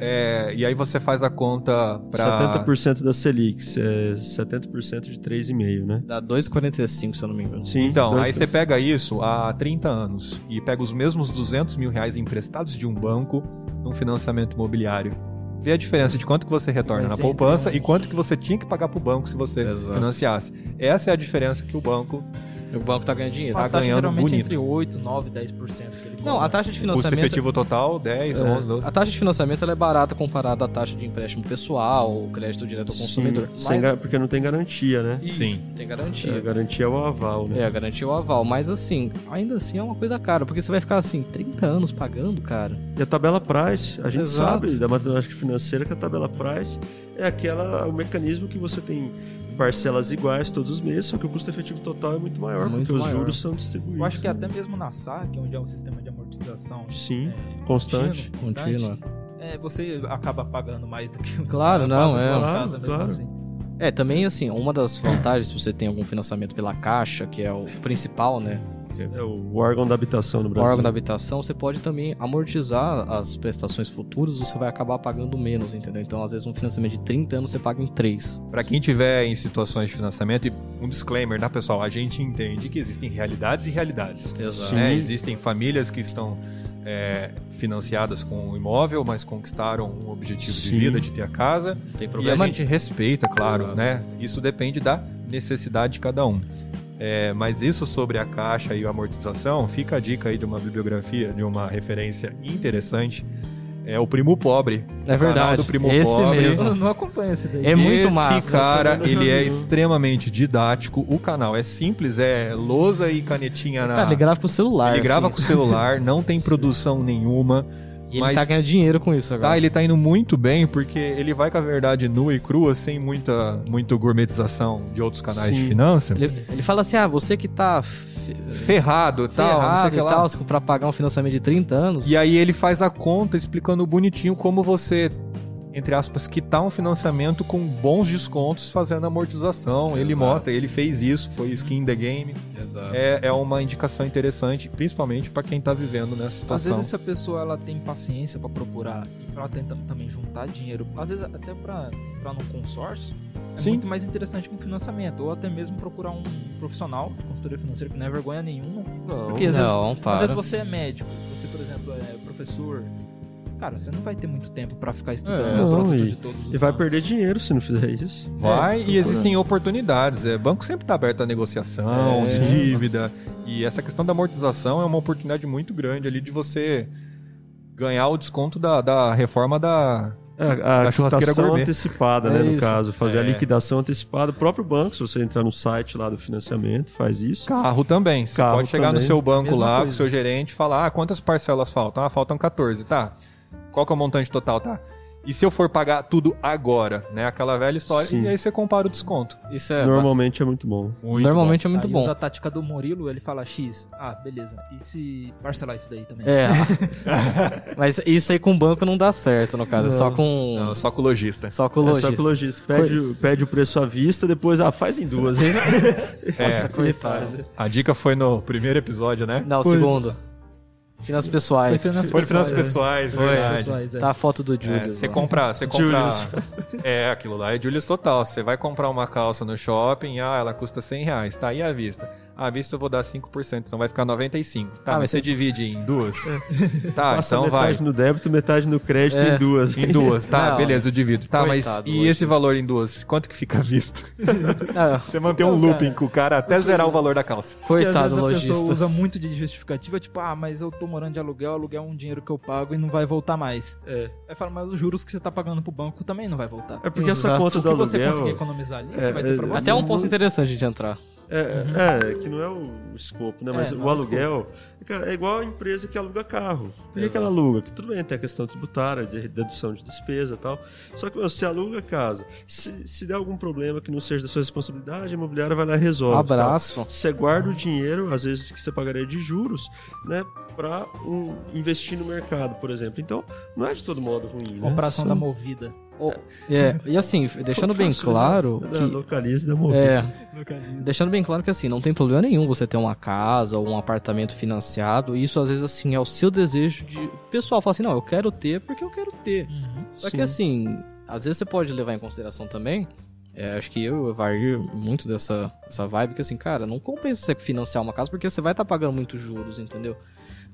é, e aí você faz a conta para 70% da Selic, é 70% de 3,5, né? Dá 2,45, se eu não me engano. Sim. Então, né? dois aí você vezes. pega isso há 30 anos e pega os mesmos 200 mil reais emprestados de um banco num financiamento imobiliário. Vê a diferença de quanto que você retorna Mas na entre poupança uns- e quanto que você tinha que pagar pro banco se você Exato. financiasse. Essa é a diferença que o banco... O banco tá ganhando dinheiro. Tá a taxa ganhando geralmente bonito. entre 8, 9, 10% que ele Não, a cobra. taxa de Custo financiamento efetivo total, 10, 11, 12... A taxa de financiamento ela é barata comparada à taxa de empréstimo pessoal, ou crédito direto ao Sim, consumidor. sem Mas gar- Porque não tem garantia, né? Isso, Sim. não tem A garantia. garantia é o aval, né? É, garantiu o aval, mas assim, ainda assim é uma coisa cara, porque você vai ficar assim, 30 anos pagando, cara. E a tabela price, a gente Exato. sabe da matemática financeira que a tabela price é aquela o mecanismo que você tem parcelas iguais todos os meses, só que o custo efetivo total é muito maior, Muito porque maior. os juros são distribuídos. Eu acho que né? até mesmo na SAR, que é onde é um sistema de amortização Sim, é, constante. contínuo, constante, Contínua. é, você acaba pagando mais do que o Claro, cara não, passa é. pelas Claro, casas, mesmo claro. assim. É, também assim, uma das vantagens, se você tem algum financiamento pela Caixa, que é o principal, né? É o órgão da habitação no O Brasil. órgão da habitação, você pode também amortizar as prestações futuras, você vai acabar pagando menos, entendeu? Então, às vezes, um financiamento de 30 anos você paga em 3. Para quem tiver em situações de financiamento, e um disclaimer, tá, pessoal? A gente entende que existem realidades e realidades. Exato. né? Existem famílias que estão é, financiadas com o imóvel, mas conquistaram um objetivo de Sim. vida, de ter a casa. Não tem E problema. a gente respeita, claro, Claro. né? Isso depende da necessidade de cada um. É, mas isso sobre a caixa e a amortização, fica a dica aí de uma bibliografia, de uma referência interessante. É o Primo Pobre. É Canal verdade. do Primo Esse Pobre. mesmo. Eu não acompanho esse daí. É muito Esse massa. cara, Eu também não ele é sabia. extremamente didático. O canal é simples, é lousa e canetinha na... Cara, ele grava pro celular. Ele grava assim. com o celular, não tem produção nenhuma. E ele mas- tá ganhando dinheiro com isso Tá, agora. ele tá indo muito bem porque ele vai com a verdade nua e crua, sem muita muito gourmetização de outros canais de Sim. finança. Ele, ele fala assim: ah, você que tá fe- Ferrado, tal, não sei o ferrado que e lá. tal, pra pagar um financiamento de 30 anos. E aí ele faz a conta explicando bonitinho como você, entre aspas, quitar um financiamento com bons descontos fazendo amortização. Ele Exato. mostra, ele fez isso, foi skin the game. Exato. É, é uma indicação interessante, principalmente pra quem tá vivendo nessa Às situação. vezes se a pessoa ela tem paciência pra procurar e ela tentando também juntar dinheiro, às vezes até pra entrar num consórcio, é Sim. muito mais interessante que um financiamento, ou até mesmo procurar um profissional de consultoria financeira que não é vergonha nenhuma. Não, Porque às vezes, Não, para. às vezes você é médico, você, por exemplo, é professor. Cara, você não vai ter muito tempo pra ficar É, estudando não, o produto e- de todos os E vai bancos. perder dinheiro se não fizer isso. É, Vai e procura. existem oportunidades. É, banco sempre está aberto à negociação, É. dívida. E essa questão da amortização é uma oportunidade muito grande ali de você ganhar o desconto da, da reforma da, É, A, Da a churrasqueira quitação gourmet. antecipada, né? É No isso. caso, fazer a É. liquidação antecipada. O próprio banco, se você entrar no site lá do financiamento, faz isso. Carro também. Você Carro pode chegar no também. seu banco Mesma lá, coisa. com o seu gerente, e falar: ah, quantas parcelas faltam? Ah, faltam 14, tá? Qual que é o montante total, tá? E se eu for pagar tudo agora, né? Aquela velha história. Sim. E aí você compara o desconto. Isso é. Normalmente é muito bom. Muito Normalmente é muito Ah, Aí bom. usa a tática do Murilo, ele fala X. Ah, beleza. E se parcelar isso daí também? É. Mas isso aí com o banco não dá certo, no caso. É Só com. bom. é- Não, só com o lojista. Só com o É lojista. só que o lojista pede, o- pede o preço à vista, depois, ah, faz em duas. hein? É. Nossa, coitado. A dica foi no primeiro episódio, né? Não, Foi. segundo. Finanças pessoais. Foi finanças pessoais, né? Foi. verdade. pessoais, é. Tá a foto do É, Julius. você lá. compra, você compra. Julius. É, aquilo lá é Julius total. Você vai comprar uma calça no shopping, ah, ela custa 100 reais, tá aí à vista. À vista eu vou dar 5%, então vai ficar 95. Tá, Ah, mas mas você divide em duas? tá, Passa então vai. metade no débito, metade no crédito É. em duas. Em duas, tá? Não. Beleza, eu divido. Tá, mas Coitado, e lojista. esse valor em duas? Quanto que fica à vista? Ah, Você mantém um Não, looping cara. com o cara até zerar o valor da calça. Porque às coitado vezes do a pessoa lojista. usa muito de justificativa, tipo, ah, mas eu tô morando de aluguel, aluguel é um dinheiro que eu pago e não vai voltar mais. É. Aí fala, mas os juros que você tá pagando pro banco também não vai voltar. É porque essa Exato. conta o do que você aluguel... conseguir economizar ali, É, você vai ter pra é, você. Até um ponto interessante de entrar. É, é, que não é o escopo, né? É, Mas não é o o aluguel, cara, é igual a empresa que aluga carro. Por que, que ela aluga? Que tudo bem, tem a questão tributária, de dedução de despesa e tal. Só que meu, você aluga a casa. Se, se der algum problema que não seja da sua responsabilidade, a imobiliária vai lá e resolve. tá? e tal. Abraço. Você guarda o dinheiro, às vezes que você pagaria de juros, né? Pra um, investir no mercado, por exemplo. Então, não é de todo modo ruim. Né? Operação São- da movida. É, e assim, deixando bem Operações claro da- da que. localiza e da movida. É, Deixando bem claro que assim, não tem problema nenhum você ter uma casa ou um apartamento financiado. E isso às vezes assim é o seu desejo de. O pessoal fala assim, não, eu quero ter porque eu quero ter. Uhum. Só Sim. que assim, às vezes você pode levar em consideração também. é, acho que eu vario muito dessa, dessa vibe que assim, cara, não compensa você financiar uma casa porque você vai estar pagando muitos juros, entendeu?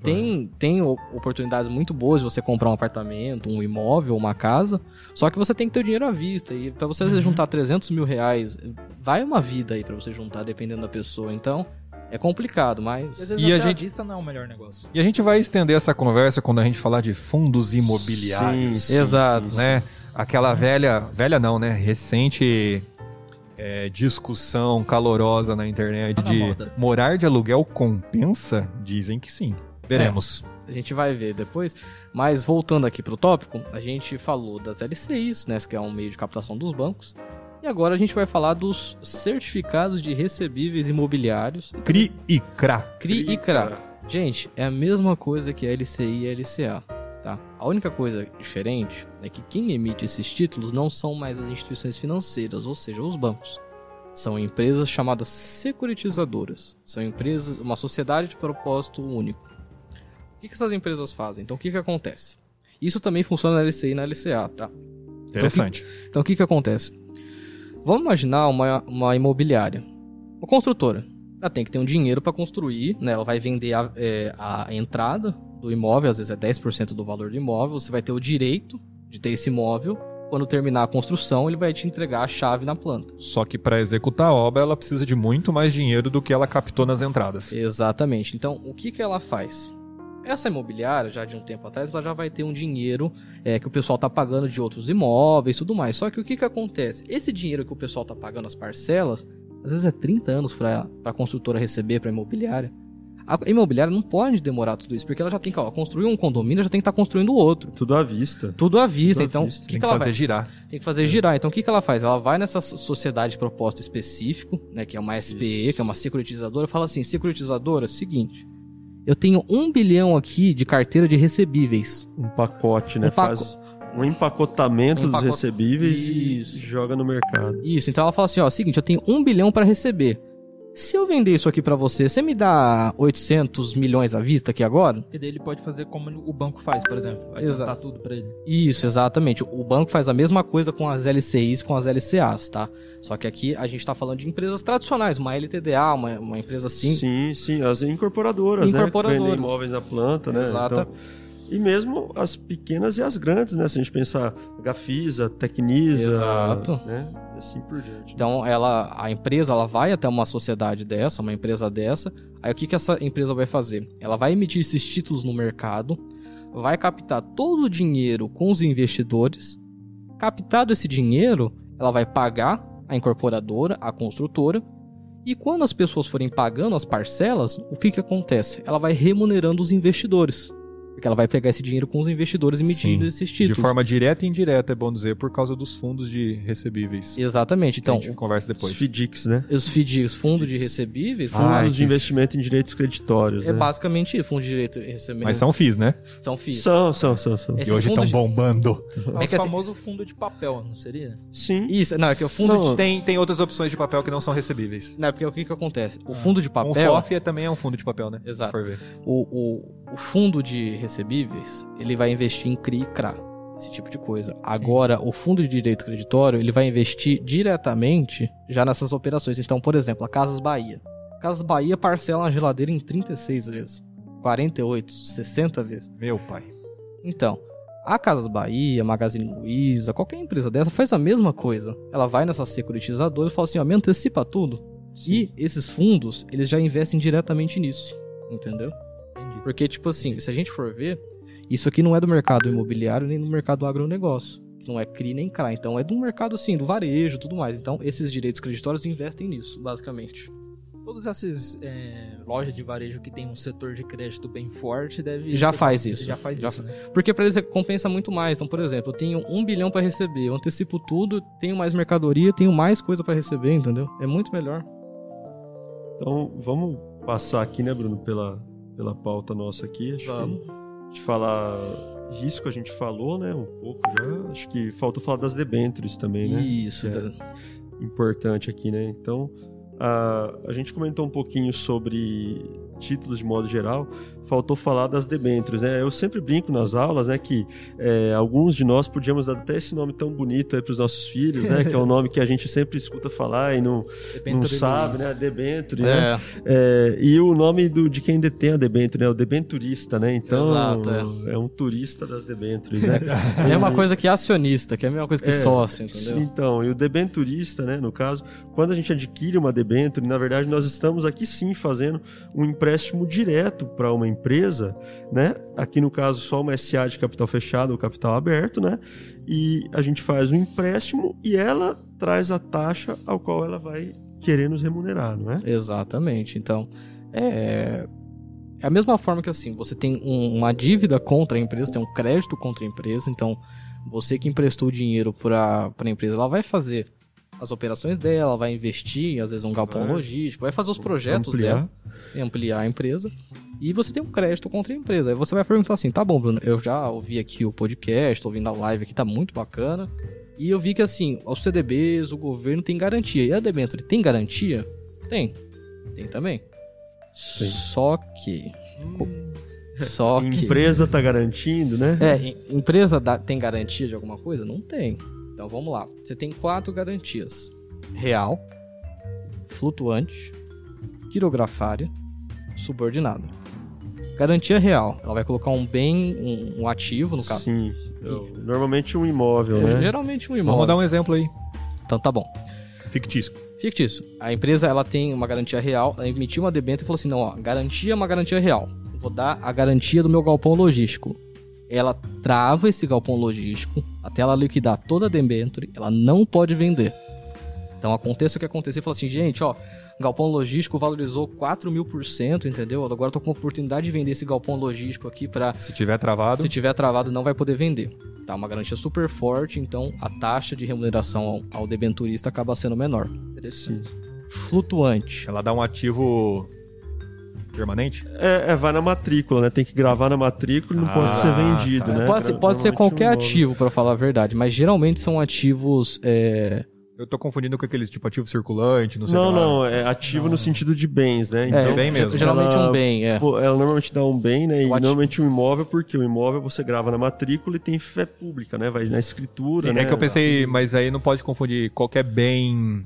Tem, tem o- oportunidades muito boas de você comprar um apartamento, um imóvel, uma casa, só que você tem que ter o dinheiro à vista. E pra você às vezes, Uhum. juntar 300 mil reais, vai uma vida aí pra você juntar, dependendo da pessoa. Então, é complicado, mas. E a a gente- gente... vista não é o melhor negócio. E a gente vai estender essa conversa quando a gente falar de fundos imobiliários. Sim, sim, Exato, sim, sim. né? Aquela velha, velha não, né? Recente é, discussão calorosa na internet Tá na de moda. morar de aluguel compensa? Dizem que sim. Veremos. A gente vai ver depois. Mas voltando aqui pro tópico, a gente falou das LCIs, né, que é um meio de captação dos bancos. E agora a gente vai falar dos certificados de recebíveis imobiliários, Cri e cra. CRI e CRA. Gente, é a mesma coisa que LCI e LCA, tá? A única coisa diferente é que quem emite esses títulos não são mais as instituições financeiras, ou seja, os bancos. São empresas chamadas securitizadoras. São empresas, uma sociedade de propósito único. O que, que essas empresas fazem? Então, o que, que acontece? Isso também funciona na LCI e na LCA, tá? Interessante. Então o que que acontece? Vamos imaginar uma, uma imobiliária, uma construtora. Ela tem que ter um dinheiro para construir, né? Ela vai vender a, é, a entrada do imóvel, às vezes é 10% do valor do imóvel. Você vai ter o direito de ter esse imóvel. Quando terminar a construção, ele vai te entregar a chave na planta. Só que para executar a obra, ela precisa de muito mais dinheiro do que ela captou nas entradas. Exatamente. Então, o que que ela faz? Essa imobiliária, já de um tempo atrás, ela já vai ter um dinheiro é, que o pessoal tá pagando de outros imóveis e tudo mais. Só que o que que acontece? Esse dinheiro que o pessoal tá pagando as parcelas, às vezes é 30 anos para a construtora receber, para imobiliária. A imobiliária não pode demorar tudo isso, porque ela já tem que ó, construir um condomínio, já tem que estar construindo outro. Tudo à vista. Tudo à Tudo vista, à então vista. o Tem que, que, que ela fazer vai girar. tem que fazer girar. Então o que, que ela faz? Ela vai nessa so- sociedade de propósito específico, né? Que é uma SPE, Isso. que é uma securitizadora, fala assim: securitizadora, seguinte. Eu tenho um bilhão aqui de carteira de recebíveis. Um pacote, né? Um paco- Faz um empacotamento Um dos pacote- recebíveis Isso. e joga no mercado. Isso, então ela fala assim: ó, seguinte, eu tenho um bilhão pra receber. Se eu vender isso aqui pra você, você me dá 800 milhões à vista aqui agora? Porque daí ele pode fazer como o banco faz, por exemplo. Vai Exato. Exato. tudo pra ele. Isso, exatamente. O banco faz a mesma coisa com as LCIs, com as LCAs, tá? Só que aqui a gente tá falando de empresas tradicionais, uma LTDA, uma, uma empresa assim. sim, sim, as incorporadoras, Incorporadoras. né? que Vendem imóveis na planta, né? Exata. e mesmo as pequenas e as grandes, né? Se a gente pensar Gafisa, Tecnisa, Exato. né? E assim por diante. Então ela, a empresa, ela vai até uma sociedade dessa, uma empresa dessa. Aí o que, que essa empresa vai fazer? Ela vai emitir esses títulos no mercado, vai captar todo o dinheiro com os investidores Captado esse dinheiro, ela vai pagar a incorporadora, a construtora, e quando as pessoas forem pagando as parcelas, o que, que acontece? Ela vai remunerando os investidores. Porque ela vai pegar esse dinheiro com os investidores e medindo Sim, esses De títulos. forma direta e indireta, é bom dizer, por causa dos fundos de recebíveis. Exatamente. Então, a gente conversa Os depois. FDICs, né? os FDIs, fundo de recebíveis, Ah, Ai, Fundos que- de investimento em direitos creditórios, é né? basicamente fundo de direito e recebimento. Mas são FIIs, né? são FIIs. São, são, são, são. Esses e hoje estão fundos de- bombando. É, É o que assim- famoso fundo de papel, não seria? Sim. Isso, não, é que o fundo São- de... Tem, tem outras opções de papel que não são recebíveis. Não, é porque o que que acontece? O fundo de Um papel... FOF é- também é um fundo de papel, né? Exato. Se for ver. o, o- o fundo de recebíveis, ele vai investir em CRI e CRA, esse tipo de coisa. Agora, o fundo de direito creditório, ele vai investir diretamente já nessas operações. Então, por exemplo, a Casas Bahia. Casas Bahia parcela uma geladeira em 36 vezes, 48, 60 vezes. Meu pai. Então, a Casas Bahia, Magazine Luiza, qualquer empresa dessa faz a mesma coisa. Ela vai nessas securitizadoras e fala assim, ó, me antecipa tudo. E esses fundos, eles já investem diretamente nisso, entendeu? Entendi. Porque, tipo assim, se a gente for ver, isso aqui não é do mercado imobiliário nem do mercado do agronegócio. que Não é CRI nem CRA. Então é do mercado, assim, do varejo e tudo mais. Então esses direitos creditórios investem nisso, basicamente. Todas essas é, lojas de varejo que tem um setor de crédito bem forte deve Já faz isso. Já faz Já isso, né? Porque pra eles é, compensa muito mais. Então, por exemplo, eu tenho um bilhão pra receber, eu antecipo tudo, tenho mais mercadoria, tenho mais coisa pra receber, entendeu? É muito melhor. Então, vamos passar aqui, né, Bruno, pela, pela pauta nossa aqui. Acho Vamos. que de falar risco, a gente falou, né, um pouco já. Acho que faltou falar das debêntures também, né? Isso. É. tá- importante aqui, né? Então, a, a gente comentou um pouquinho sobre títulos de modo geral, faltou falar das debêntures, né? Eu sempre brinco nas aulas, né, que é, alguns de nós podíamos dar até esse nome tão bonito aí para os nossos filhos, né? que é um nome que a gente sempre escuta falar e não, Depende não do sabe, né? Luiz. Debenture, né? É, É, e o nome do, de quem detém a debenture, né? O debenturista, né? Então, Exato, é. um turista das debentures, né? é a mesma coisa que acionista, que é a mesma coisa que É. sócio, entendeu? Então, e o debenturista, né, no caso, quando a gente adquire uma debenture, na verdade nós estamos aqui sim fazendo um empréstimo direto para uma empresa, né? Aqui no caso só uma SA de capital fechado ou capital aberto, né? E a gente faz um empréstimo e ela traz a taxa ao qual ela vai querer nos remunerar, não é? Exatamente. Então, é... é a mesma forma que assim, você tem um- uma dívida contra a empresa, tem um crédito contra a empresa, então você que emprestou o dinheiro para a empresa, ela vai fazer as operações dela, vai investir, às vezes um galpão Vai. logístico, vai fazer os projetos né? Ampliar. dela, ampliar a empresa. E você tem um crédito contra a empresa. Aí você vai perguntar assim: tá bom, Bruno, eu já ouvi aqui o podcast, tô ouvindo a live aqui, tá muito bacana. E eu vi que assim, os CDBs, o governo tem garantia. E a Debenture tem garantia? Tem. Tem também. Só que. Só A que. empresa tá garantindo, né? É, em- empresa dá- tem garantia de alguma coisa? Não tem. Então vamos lá. Você tem quatro garantias: real, flutuante, quirografária, subordinada. Garantia real. Ela vai colocar um bem, um, um ativo, no caso. Sim. Eu- Normalmente um imóvel, É, né? Geralmente um Vamos imóvel. dar um exemplo aí. Então tá bom. Fictício. Fictício. A empresa ela tem uma garantia real, ela emitiu uma debênture e falou assim: não, ó, garantia é uma garantia real. Eu Vou dar a garantia do meu galpão logístico. Ela trava esse galpão logístico até ela liquidar toda a debênture, ela não pode vender. Então aconteça o que acontecer, fala assim, gente, ó, galpão logístico valorizou 4 mil por cento, entendeu? Agora eu tô com a oportunidade de vender esse galpão logístico aqui pra Ah, Se tiver travado, se tiver travado, não vai poder vender. Tá uma garantia super forte, então a taxa de remuneração ao, ao debenturista acaba sendo menor. Interessante. Flutuante. ela dá um ativo permanente? É, é, vai na matrícula, né? Tem que gravar na matrícula, não pode Ah, ser vendido, tá. né? pode ser, pode ser Normalmente um qualquer imóvel. ativo, pra falar a verdade, mas geralmente são ativos. é, Eu tô confundindo com aqueles tipo ativo circulante, não sei Não, o que lá. não, é ativo no sentido de bens, né? tá é, bem ge- mesmo. Geralmente Ela- um bem, é. pô, ela normalmente dá um bem, né? E O ati- normalmente um imóvel, porque o imóvel você grava na matrícula e tem fé pública, né? Vai na escritura, Sim, né? é que eu pensei, mas aí não pode confundir qualquer bem.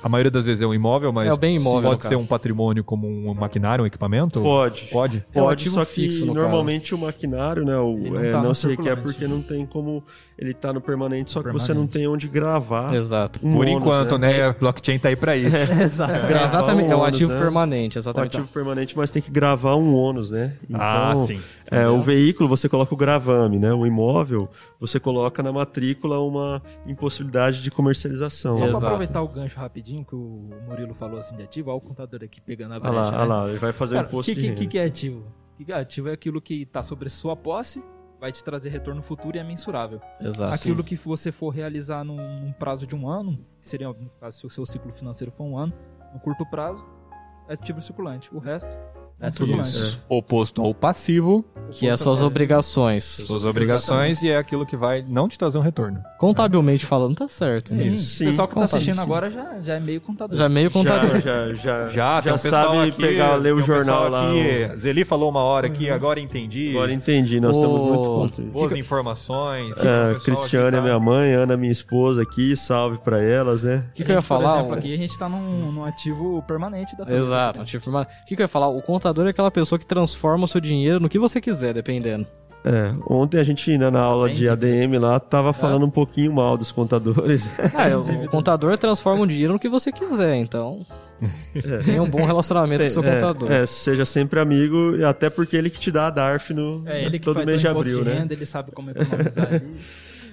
A maioria das vezes é um imóvel, mas É o bem imóvel, no pode caso. ser um patrimônio como um maquinário, um equipamento? Pode. Pode? É um Pode, ativo só que fixo, no caso. normalmente o maquinário, né? O, Ele não, não é, tá não no se requer circulante. porque não tem como. Ele tá no permanente, só que você não Permanente. tem onde gravar Exato. um Por ônus, enquanto, né? A blockchain tá aí pra isso. Exato. É, exatamente, é o ônus, ativo né? O permanente, exatamente. ativo permanente, mas tem que gravar um ônus, né? então. Ah, Então, sim. É, o veículo você coloca o gravame, né? O imóvel você coloca na matrícula uma impossibilidade de comercialização. Só pra Exato. aproveitar o gancho rapidinho que o Murilo falou assim de ativo, olha o contador aqui pegando a Olha brecha. lá, olha né? lá, ele vai fazer o Cara, imposto que, de que- renda. que que é ativo? Que que é ativo é aquilo que tá sobre sua posse, vai te trazer retorno futuro e é mensurável. Ah, Exato. aquilo que você for realizar num, num prazo de um ano, que seria, no caso, se o seu ciclo financeiro for um ano, no curto prazo, é ativo circulante. O resto É tudo circulante. isso. Oposto ao passivo, Que é suas obrigações. suas obrigações, e é aquilo que vai não te trazer um retorno. Contabilmente falando, tá certo. Sim, Sim, o pessoal que tá contador, assistindo sim. agora já, já é meio contador. Já meio contador. Já, já, já, Já, tem um pessoal sabe aqui, pegar, ler o tem um jornal pessoal lá. Aqui, Zeli falou uma hora Uhum. aqui, agora entendi. o- Agora entendi, nós Ô, estamos muito contentes. Boas informações. É, Cristiane tá? é minha mãe, Ana é minha esposa aqui, salve pra elas, né? O que, que eu ia falar? Por exemplo, Um- aqui a gente tá num, num ativo permanente da família. Exato, um ativo permanente. O que, que eu ia falar? O contador é aquela pessoa que transforma o seu dinheiro no que você quiser, dependendo. É, ontem a gente, né, Tá na aula de ADM lá, tava falando um pouquinho mal dos contadores. Ah, o- o contador transforma o dinheiro no que você quiser, então. Tenha um bom relacionamento com o seu É, contador. É, seja sempre amigo, e até porque é ele que te dá a DARF no É ele que todo faz mês todo de imposto abril, de né? renda, ele sabe como economizar ali.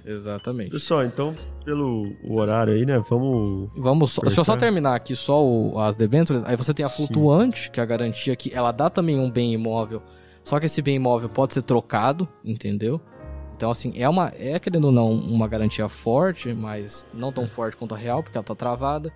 Exatamente. Pessoal, então, pelo o horário aí, né? Vamos. Vamos só, deixa eu só Perfeito. terminar aqui só o- as debêntures. Aí você tem a Sim. flutuante, que é a garantia que ela dá também um bem imóvel. Só que esse bem imóvel pode ser trocado, entendeu? Então, assim, é uma. É, querendo ou não, uma garantia forte, mas não tão forte quanto a real, porque ela tá travada.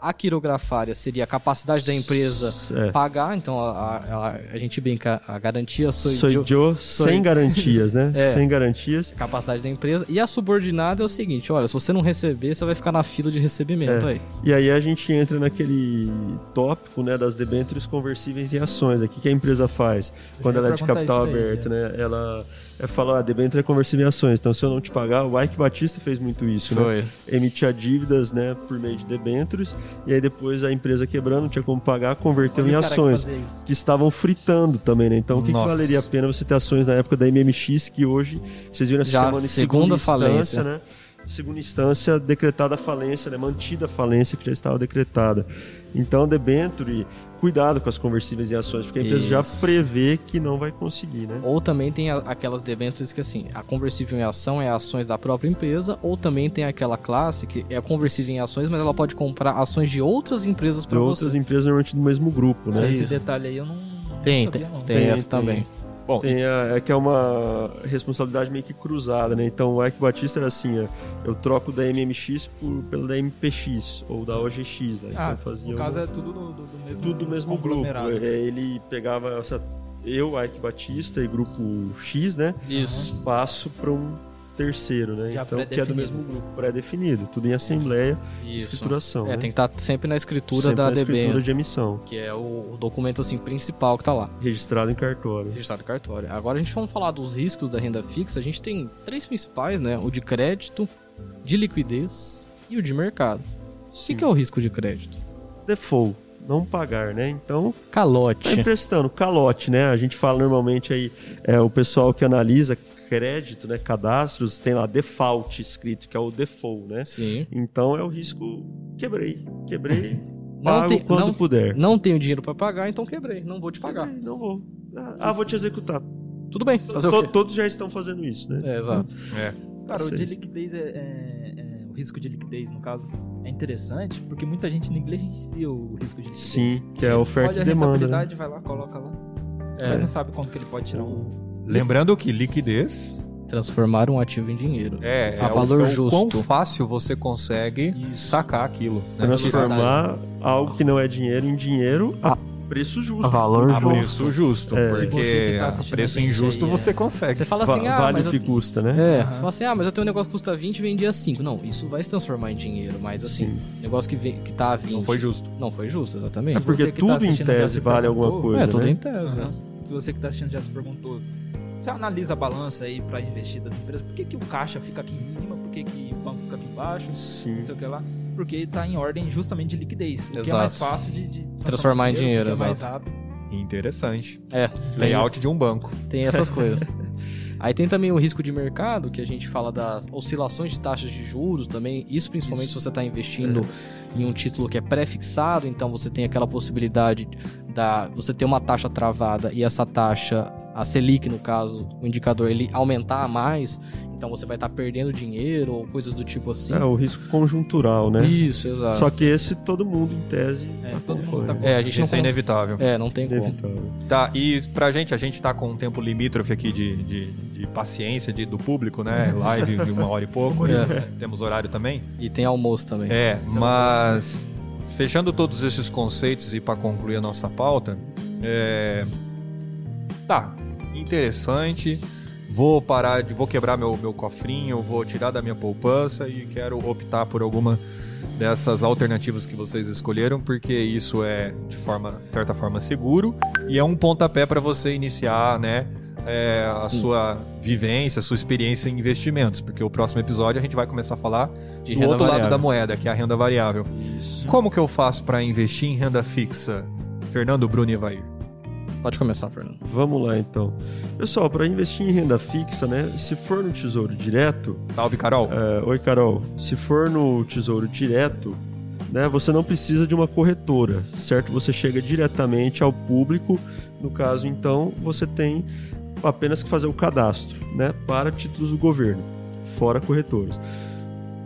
A quirografária seria a capacidade da empresa É, pagar, então a, a- a- a gente brinca, a garantia sou, sou, idio- Joe sou sem eu. garantias, né? É. Sem garantias. a capacidade da empresa. E a subordinada é o seguinte: olha, se você não receber, você vai ficar na fila de recebimento aí. E aí a gente entra naquele tópico, né, das debêntures conversíveis em ações. né? O que que a empresa faz quando ia ela é de perguntar capital isso daí, aberto, né? Ela é, fala, ah, debênture é conversível em ações. Então, se eu não te pagar, o Ike Batista fez muito isso, né? Foi. emitia dívidas né, por meio de debêntures, e aí depois a empresa quebrando, não tinha como pagar, converteu Olha em o cara que um ações, né? que, fazia isso. estavam fritando também, né? Então o que, que Nossa. valeria a pena você ter ações na época da MMX, que hoje, vocês viram essa Já semana em segunda, segunda falência. instância, né? Segunda instância, decretada a falência, né? mantida a falência que já estava decretada. Então, debênture, cuidado com as conversíveis em ações, porque a empresa já Isso. prevê que não vai conseguir, né? Ou também tem a- aquelas debêntures que assim, a conversível em ação é ações da própria empresa, ou também tem aquela classe que é conversível em ações, mas ela pode comprar ações de outras empresas De para outras você. É empresas, normalmente do mesmo grupo, né? Esse detalhe aí eu não, não Tem, tem, sabia, não. É, tem, Tem, essa tem. também. Bom, Tem a- é que é uma responsabilidade meio que cruzada, né? Então o Ike Batista era assim, ó, eu troco da MMX por, pelo da MPX ou da OGX, né? Ah, então fazia No caso uma- é tudo do, do- do mesmo tudo do mesmo grupo. conglomerado. É, Ele pegava essa, eu, Ike Batista e grupo X, né? Isso. Passo para um terceiro, né? Já então que é do pré-definido. mesmo grupo, pré-definido, tudo em assembleia, Isso. escrituração, É, né? tem que estar sempre na escritura Sempre da na escritura né? DB, de emissão, que é o, o documento assim principal que tá lá. registrado em cartório. registrado em cartório. Agora a gente vamos falar dos riscos da renda fixa. A gente tem três principais, né? O de crédito, de liquidez e o de mercado. O que, que é o risco de crédito? Default, não pagar, né? Então Tá Calote. emprestando, calote, né? A gente fala normalmente aí, é, o pessoal que analisa crédito, né? Cadastros, tem lá default escrito, que é o default, né? Sim. Então é o risco. Quebrei. Quebrei, Não, pago tem, quando não, puder. não tenho dinheiro pra pagar, então quebrei. Não vou te pagar. Quebrei, não vou. Ah, Ah, vou te executar. Tudo bem, fazer To- o quê? Todos já estão fazendo isso, né? É, exato. Cara, o de Vocês. liquidez é, é- é- O risco de liquidez, no caso, é interessante, porque muita gente negligencia o risco de liquidez. Sim, que é oferta Olha e a demanda. né? rentabilidade, vai lá, coloca lá. É. Ele não sabe quanto que ele pode tirar um. lembrando que liquidez Transformar um ativo em dinheiro. é, é A o- valor é o justo. quão fácil você consegue Isso. sacar aquilo. né? Transformar algo que não é dinheiro em dinheiro Ah. a preço justo. Valor A um preço justo, É. Se você que porque tá a assistindo preço a gente injusto aí, é. você consegue. Você fala assim, ah, vale mas o eu... que custa, né? É, Aham. você fala assim, ah, mas eu tenho um negócio que custa 20 e vendi a 5. Não, isso vai se transformar em dinheiro, mas assim, negócio que, vem, que tá a 20. Não foi justo. Não foi justo, exatamente. É porque você que tá tudo em assistindo já tese se vale alguma perguntou, coisa. é, tudo né? em tese, né? Se você que tá assistindo já se perguntou, você analisa a balança aí pra investir das empresas, por que, que o caixa fica aqui em cima, por que, que o banco fica aqui embaixo, Sim. não sei o que lá. Porque tá em ordem justamente de liquidez. O que é Exato. mais fácil de, de Transformar em dinheiro, o que é mais exato. rápido. Interessante. É, Layout de um banco. Tem essas coisas. Aí tem também o risco de mercado, que a gente fala das oscilações de taxas de juros também. Isso principalmente se você está investindo em um título que é pré-fixado, então você tem aquela possibilidade da você ter uma taxa travada e essa taxa, a Selic no caso, o indicador ele aumentar mais, então você vai estar perdendo dinheiro ou coisas do tipo assim. É o risco conjuntural, né? Isso, exato. Só que esse todo mundo, em tese, É, todo mundo tá É, a gente não Isso é tem... inevitável. É, não tem como. inevitável. Tá, e pra gente, a gente tá com um tempo limítrofe aqui de, de, de paciência de- do público, né? Live de uma hora e pouco. É. Temos horário também. E tem almoço também. É, mas fechando todos esses conceitos e para concluir a nossa pauta, é, tá interessante. Vou parar de, vou quebrar meu meu cofrinho, vou tirar da minha poupança e quero optar por alguma dessas alternativas que vocês escolheram, porque isso é de forma certa forma seguro e é um pontapé para você iniciar, né? é, a sua vivência, a sua experiência em investimentos, porque o próximo episódio a gente vai começar a falar De do renda outro lado variável. da moeda, que é a renda variável. Isso. Como que eu faço para investir em renda fixa? Fernando Bruno e Vair. Pode começar, Fernando. Vamos lá, então. Pessoal, para investir em renda fixa, né? Se for no Tesouro Direto, Salve, Carol. É, Oi, Carol. Se for no Tesouro Direto, né, você não precisa de uma corretora, certo? Você chega diretamente ao público. No caso, então, você tem apenas que fazer o cadastro né, para títulos do governo, fora corretoras.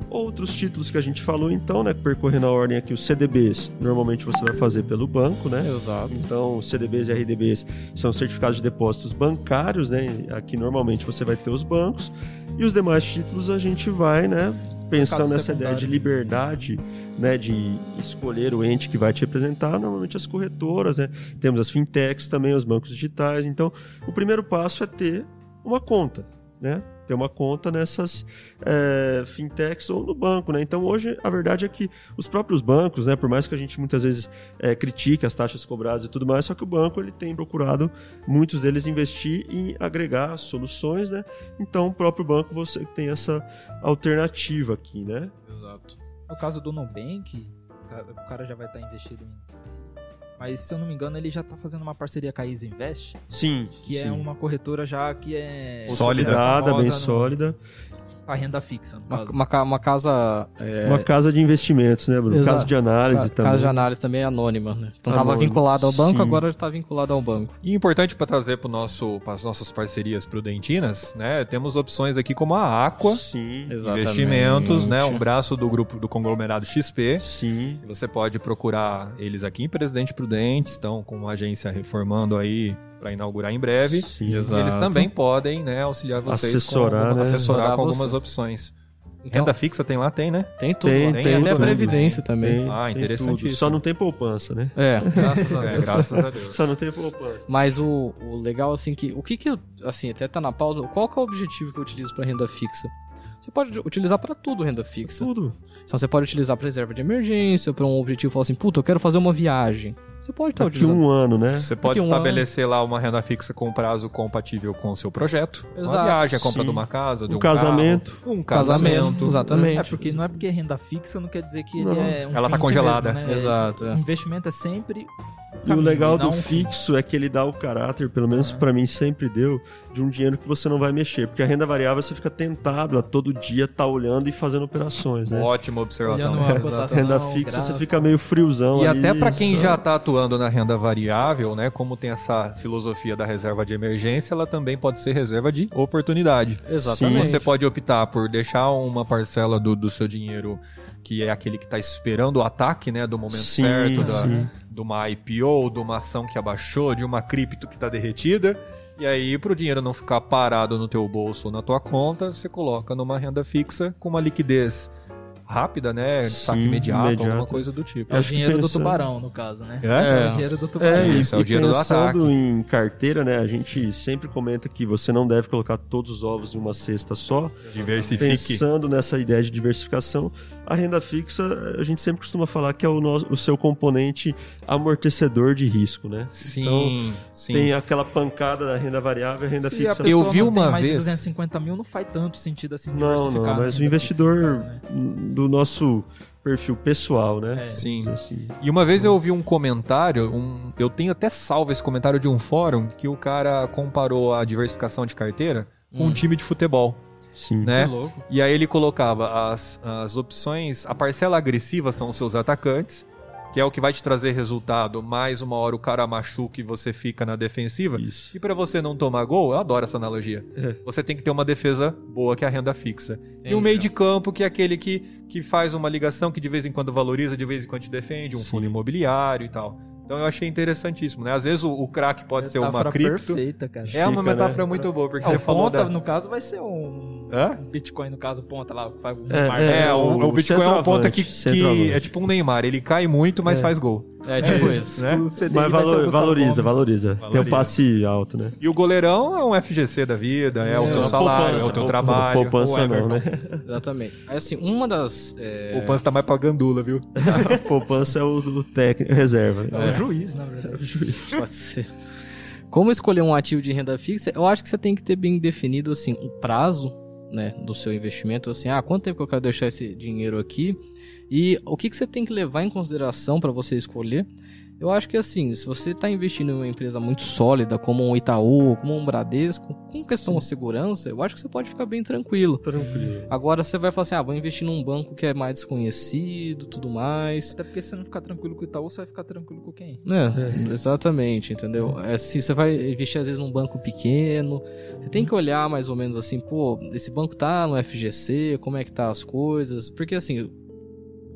Outros títulos que a gente falou, então, né, percorrendo a ordem aqui, os CDBs, normalmente você vai fazer pelo banco, né? Exato. Então, CDBs e RDBs são certificados de depósitos bancários, né? Aqui normalmente você vai ter os bancos. E os demais títulos a gente vai, né? Pensando Mercado nessa ideia de liberdade, né? De escolher o ente que vai te representar, normalmente as corretoras, né? Temos as fintechs também, os bancos digitais. Então, o primeiro passo é ter uma conta, né? Ter uma conta nessas eh, fintechs ou no banco, né? Então, hoje, a verdade é que os próprios bancos, né? Por mais que a gente muitas vezes eh, critique as taxas cobradas e tudo mais, só que o banco ele tem procurado muitos deles investir em agregar soluções, né? Então, o próprio banco você tem essa alternativa aqui, né? Exato. No caso do Nubank, o ca- o cara já vai estar investido em. Mas se eu não me engano, ele já tá fazendo uma parceria com a Easy Invest, Sim, que é uma corretora já que é Sólida. consolidada, famosa bem no- sólida, A renda fixa, no Uma, caso. uma ca- uma casa. é, uma casa de investimentos, né, Bruno? Exato. Casa de análise ca- também. Casa de análise também é anônima, né? Então estava Anônima, vinculado ao banco, sim. agora está vinculado ao banco. E importante para trazer para nosso, as nossas parcerias prudentinas, né? Temos opções aqui como a Aqua Sim, Exatamente. Investimentos, né? Um braço do grupo do conglomerado XP. sim. Você pode procurar eles aqui em Presidente Prudente, estão com uma agência reformando aí para inaugurar em breve. sim. Exato. Eles também podem, né, auxiliar vocês Assessorar, com, alguma- né? assessorar Ajudar com algumas você. opções. Então, Renda fixa tem lá, tem, né? tem tudo. Tem- Tem, tem até a tudo, Previdência também. Tem- Ah, tem interessantíssimo. tudo. Só não tem poupança, né? É, graças a Deus. É, graças a Deus. Só não tem poupança. Mas o, o legal, assim, que. O que que eu. Assim, até tá na pauta. Qual que é o objetivo que eu utilizo para renda fixa? Você pode utilizar para tudo renda fixa. Tudo. Então você pode utilizar pra reserva de emergência, para um objetivo, falar assim, puta, eu quero fazer uma viagem. Você pode estar Daqui utilizando. um ano, né? Você pode um estabelecer lá uma renda fixa com prazo compatível com o seu projeto. Uma Exato. viagem, a compra Sim. de uma casa, de um, Um casamento. carro, um Casamento, casamento. exatamente. É porque não é porque é renda fixa, não quer dizer que ele Não. é um Ela tá fim em si congelada. mesmo, né? Exato. É, é. Investimento é sempre. E o legal não do fixo é que ele dá o caráter, pelo menos É. pra mim sempre deu, de um dinheiro que você não vai mexer. Porque a renda variável você fica tentado a todo dia estar olhando e fazendo operações, né? Ótima observação. Olhando a Exato. cotação. Renda Não, fixa você gráfico. fica meio friozão E Então, ali, até para quem só- já tá atuando na renda variável, né, como tem essa filosofia da reserva de emergência, ela também pode ser reserva de oportunidade. Exatamente. Você pode optar por deixar uma parcela do, do seu dinheiro que é aquele que está esperando o ataque, né, do momento Sim, certo, da, sim. de uma IPO, de uma ação que abaixou, de uma cripto que está derretida. E aí, para o dinheiro não ficar parado no teu bolso ou na tua conta, você coloca numa renda fixa com uma liquidez rápida, né? Saque Sim, imediato, imediata. alguma coisa do tipo. É o Acho que dinheiro do pensando- tubarão, no caso, né? É? o dinheiro do tubarão. É, Isso, isso, é o e dinheiro do pensando em carteira, né? A gente sempre comenta que você não deve colocar todos os ovos em uma cesta só. Diversifique. Pensando nessa ideia de diversificação, a renda fixa, a gente sempre costuma falar que é o, nosso, o seu componente amortecedor de risco, né? Sim, sim. Tem aquela pancada da renda variável, a É, renda Se fixa. a pessoa Eu vi não tem uma mais vez- de 250 mil, não faz tanto sentido assim Não, não, diversificar, mas o né? investidor do nosso perfil pessoal, né? É. é Sim. Assim, E uma vez eu ouvi um comentário, um, eu tenho até salvo esse comentário de um fórum, que o cara comparou a diversificação de carteira com um time de futebol, Sim. né? Hum. Que louco. E aí ele colocava as, as opções, a parcela agressiva são os seus atacantes, que é o que vai te trazer resultado. Mais uma hora o cara machuca e você fica na defensiva. Isso. E pra você não tomar gol, eu adoro essa analogia. É. Então. Você tem que ter uma defesa boa, que é a renda fixa. E Entendi. um meio de campo, que é aquele que, que faz uma ligação, que de vez em quando valoriza, de vez em quando te defende, um Sim. fundo imobiliário e tal. Então eu achei interessantíssimo, né? Às vezes o, o craque pode ser uma É Metáfora cripto. perfeita, cara. É uma Fica, né? metáfora muito boa, porque Ah, você o falou ponta, da... no caso, vai ser um... Hã? um Bitcoin, no caso, ponta lá. Faz um É, marco. É, o, o o Bitcoin é um centroavante, ponta que, centroavante. que é tipo um Neymar, ele cai muito, mas É. faz gol. É tipo É isso. né? O CDI Mas vai ser o valo- Gustavo valoriza, Gomes. valoriza, Tem um Valoriza. passe alto, né? E o goleirão é um FGC da vida, é, É, o teu uma salário, é Poupança, o teu pou- trabalho. é Poupança o não, Everton. né? Exatamente. Aí, assim, uma das. é, Poupança tá mais pra gandula, viu? Poupança é o, o técnico, reserva. É o juiz, na verdade. Pode ser. Como escolher um ativo de renda fixa? Eu acho que você tem que ter bem definido assim o prazo, né, do seu investimento, assim, ah, quanto tempo que eu quero deixar esse dinheiro aqui? E o que que você tem que levar em consideração para você escolher? Eu acho que assim, se você está investindo em uma empresa muito sólida, como um Itaú, como um Bradesco, com questão de segurança, eu acho que você pode ficar bem tranquilo. Tranquilo. Agora você vai falar assim, ah, vou investir num banco que é mais desconhecido, tudo mais. Até porque se você não ficar tranquilo com o Itaú, você vai ficar tranquilo com quem? É, exatamente, entendeu? É, se você vai investir às vezes num banco pequeno, você tem que olhar mais ou menos assim, pô, esse banco tá no FGC, como é que tá as coisas? Porque assim,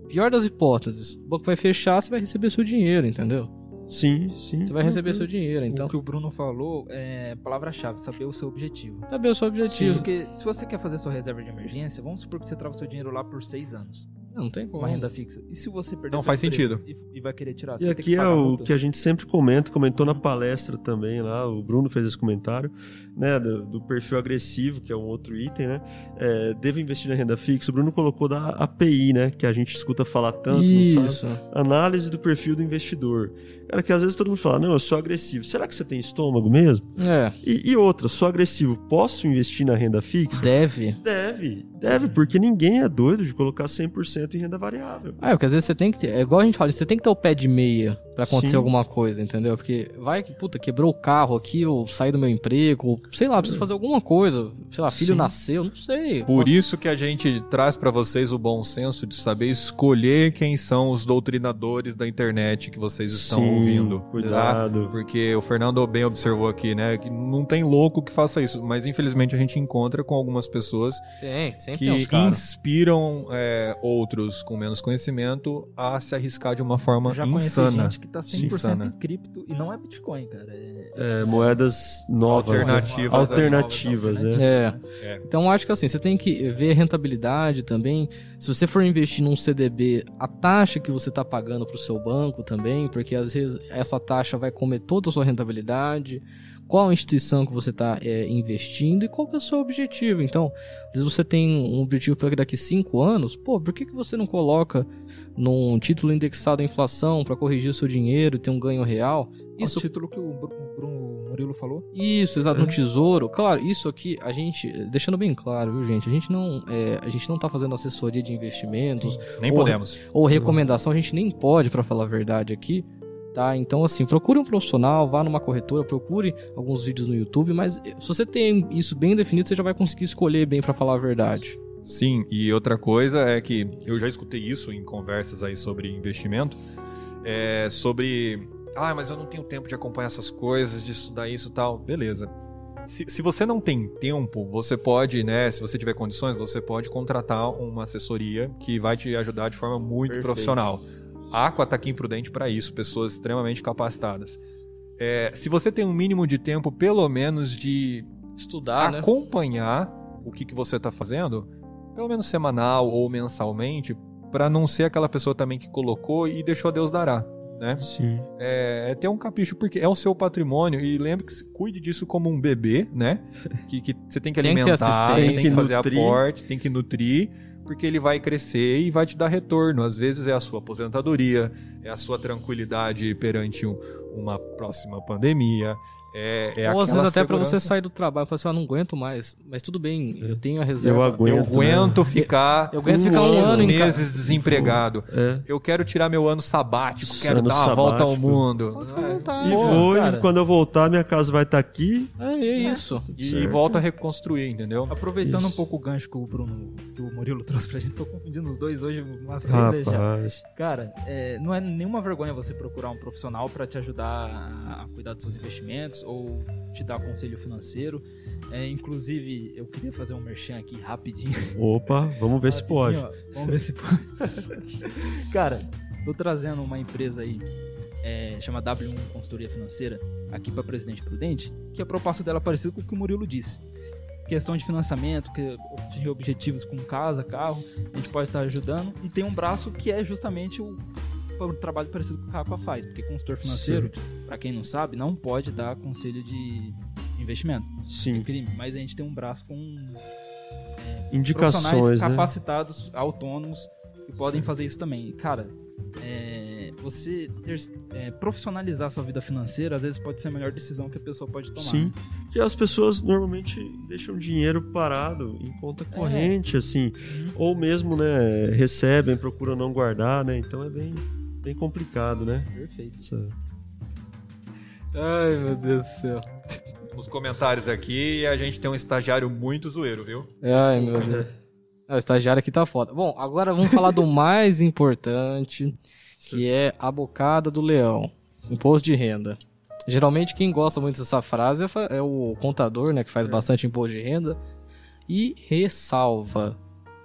pior das hipóteses, o banco vai fechar, você vai receber seu dinheiro, entendeu? Sim, sim. Você vai receber seu dinheiro, então Então, o que o Bruno falou é palavra-chave, saber o seu objetivo. saber tá o seu objetivo. Porque se você quer fazer sua reserva de emergência, vamos supor que você trava seu dinheiro lá por seis anos, Não, não tem com como. uma renda fixa. E se você perder Não seu faz emprego E, e vai querer tirar, você E vai ter aqui que é pagar o multa. que a gente sempre comenta, comentou na palestra também lá, o Bruno fez esse comentário, né, do, do perfil agressivo, que é um outro item, né, é, devo investir na renda fixa, o Bruno colocou da API, né, que a gente escuta falar tanto, não sabe? Isso. Análise do perfil do investidor. Cara, que às vezes todo mundo fala, não, eu sou agressivo, será que você tem estômago mesmo? É, E, e outra, sou agressivo, posso investir na renda fixa? deve. Deve, deve, porque ninguém é doido de colocar 100% em renda variável. Ah, porque às vezes você tem que ter, é igual a gente fala, você tem que ter o pé de meia pra acontecer Sim. alguma coisa, entendeu? Porque vai que, puta, quebrou o carro aqui, ou saí do meu emprego, ou sei lá, preciso fazer alguma coisa, sei lá, filho Sim. nasceu, não sei. Por isso que a gente traz pra vocês o bom senso de saber escolher quem são os doutrinadores da internet que vocês estão Sim, ouvindo. tá? Cuidado. Porque o Fernando bem observou aqui, né? Que não tem louco que faça isso, mas infelizmente a gente encontra com algumas pessoas Tem, sempre que tem uns caras. inspiram é, outros com menos conhecimento a se arriscar de uma forma Já conheci insana. gente que tá 100% Insana. em cripto e não é Bitcoin, cara. É, É, moedas novas. né? Alternativas, Alternativas, né? É. É. Então acho que assim, você tem que ver a rentabilidade também. Se você for investir num CDB, a taxa que você está pagando para o seu banco também, porque às vezes essa taxa vai comer toda a sua rentabilidade. Qual a instituição que você está investindo e qual que é o seu objetivo? Então, se você tem um objetivo para daqui cinco anos, pô, por que, que você não coloca num título indexado à inflação para corrigir o seu dinheiro e ter um ganho real? Isso. É. O título que o Bru- o Bruno Murilo falou. Isso, exato, no tesouro. Claro, isso aqui a gente, deixando bem claro, viu, gente? A gente não, é, a gente não tá fazendo assessoria de investimentos Nem Porra. podemos. ou recomendação, a gente nem pode, pra falar a verdade aqui, tá? Então, assim, procure um profissional, vá numa corretora, procure alguns vídeos no YouTube, mas eh, se você tem isso bem definido, você já vai conseguir escolher bem pra falar a verdade. Sim, e outra coisa é que eu já escutei isso em conversas aí sobre investimento, é, sobre, ah, mas eu não tenho tempo de acompanhar essas coisas, de estudar isso e tal. Beleza. Se, se você não tem tempo, você pode, né, se você tiver condições, você pode contratar uma assessoria que vai te ajudar de forma muito Perfeito. profissional. A Aqua tá aqui em Prudente para isso, pessoas extremamente capacitadas. É, se você tem um mínimo de tempo, pelo menos de Estudar, né? acompanhar o que, que você está fazendo, pelo menos semanal ou mensalmente, para não ser aquela pessoa também que colocou e deixou Deus dará. Né? Sim. É, é ter um capricho, porque é o seu patrimônio, e lembre que se cuide disso como um bebê, né? Que, que você tem que Tem que ter alimentar, assistência. você tem que fazer Nutrir. aporte, tem que nutrir, porque ele vai crescer e vai te dar retorno. Às vezes é a sua aposentadoria, é a sua tranquilidade perante um, uma próxima pandemia. É, é Ou às vezes aquela até pra você segurança. sair do trabalho e falar assim, ah, não aguento mais. Mas tudo bem, É. eu tenho a reserva. Eu aguento. Eu aguento né? ficar Eu aguento ficar um X ano em ca- meses desempregado. É. Eu quero tirar meu ano sabático, Ano quero dar uma volta ao sabático. mundo. Pode ficar à vontade. É. E Pô, vou, cara. e quando eu voltar, minha casa vai estar aqui. É, é isso. E Certo. volta a reconstruir, entendeu? Aproveitando Isso. um pouco o gancho que o Bruno, que o Murilo trouxe pra gente, tô confundindo os dois hoje umas três vezes já. Rapaz. Cara, é, não é nenhuma vergonha você procurar um profissional para te ajudar a cuidar dos seus investimentos ou te dar conselho financeiro. É, inclusive, eu queria fazer um merchan aqui rapidinho. Opa, vamos ver se pode. Rapidinho, ó. Vamos ver se pode. Cara, tô trazendo uma empresa aí, é, chama W1 Consultoria Financeira, aqui para Presidente Prudente, que a proposta dela é parecida com o que o Murilo disse. Questão de financiamento, que atingir objetivos com casa, carro, a gente pode estar ajudando. E tem um braço que é justamente o, o trabalho parecido que o Rafa faz, porque consultor financeiro, para quem não sabe, não pode dar conselho de investimento, é Sim, crime, mas a gente tem um braço com indicações, profissionais né? capacitados, autônomos, que podem fazer isso também. E, Cara, é, você ter- é, profissionalizar sua vida financeira, às vezes pode ser a melhor decisão que a pessoa pode tomar. Sim. Que as pessoas normalmente deixam dinheiro parado em conta É. corrente, assim. Uhum. Ou mesmo, né, recebem, procuram não guardar, né? Então é bem, bem complicado, né? Perfeito. Essa- Ai, meu Deus do céu. Os comentários aqui, a gente tem um estagiário muito zoeiro, viu? Ai, meu Deus. Ah, O estagiário aqui tá foda. Bom, agora vamos falar do mais importante, que é a bocada do leão. Imposto de renda. Geralmente quem gosta muito dessa frase é fa- é o contador, né, que É. faz bastante imposto de renda. E ressalva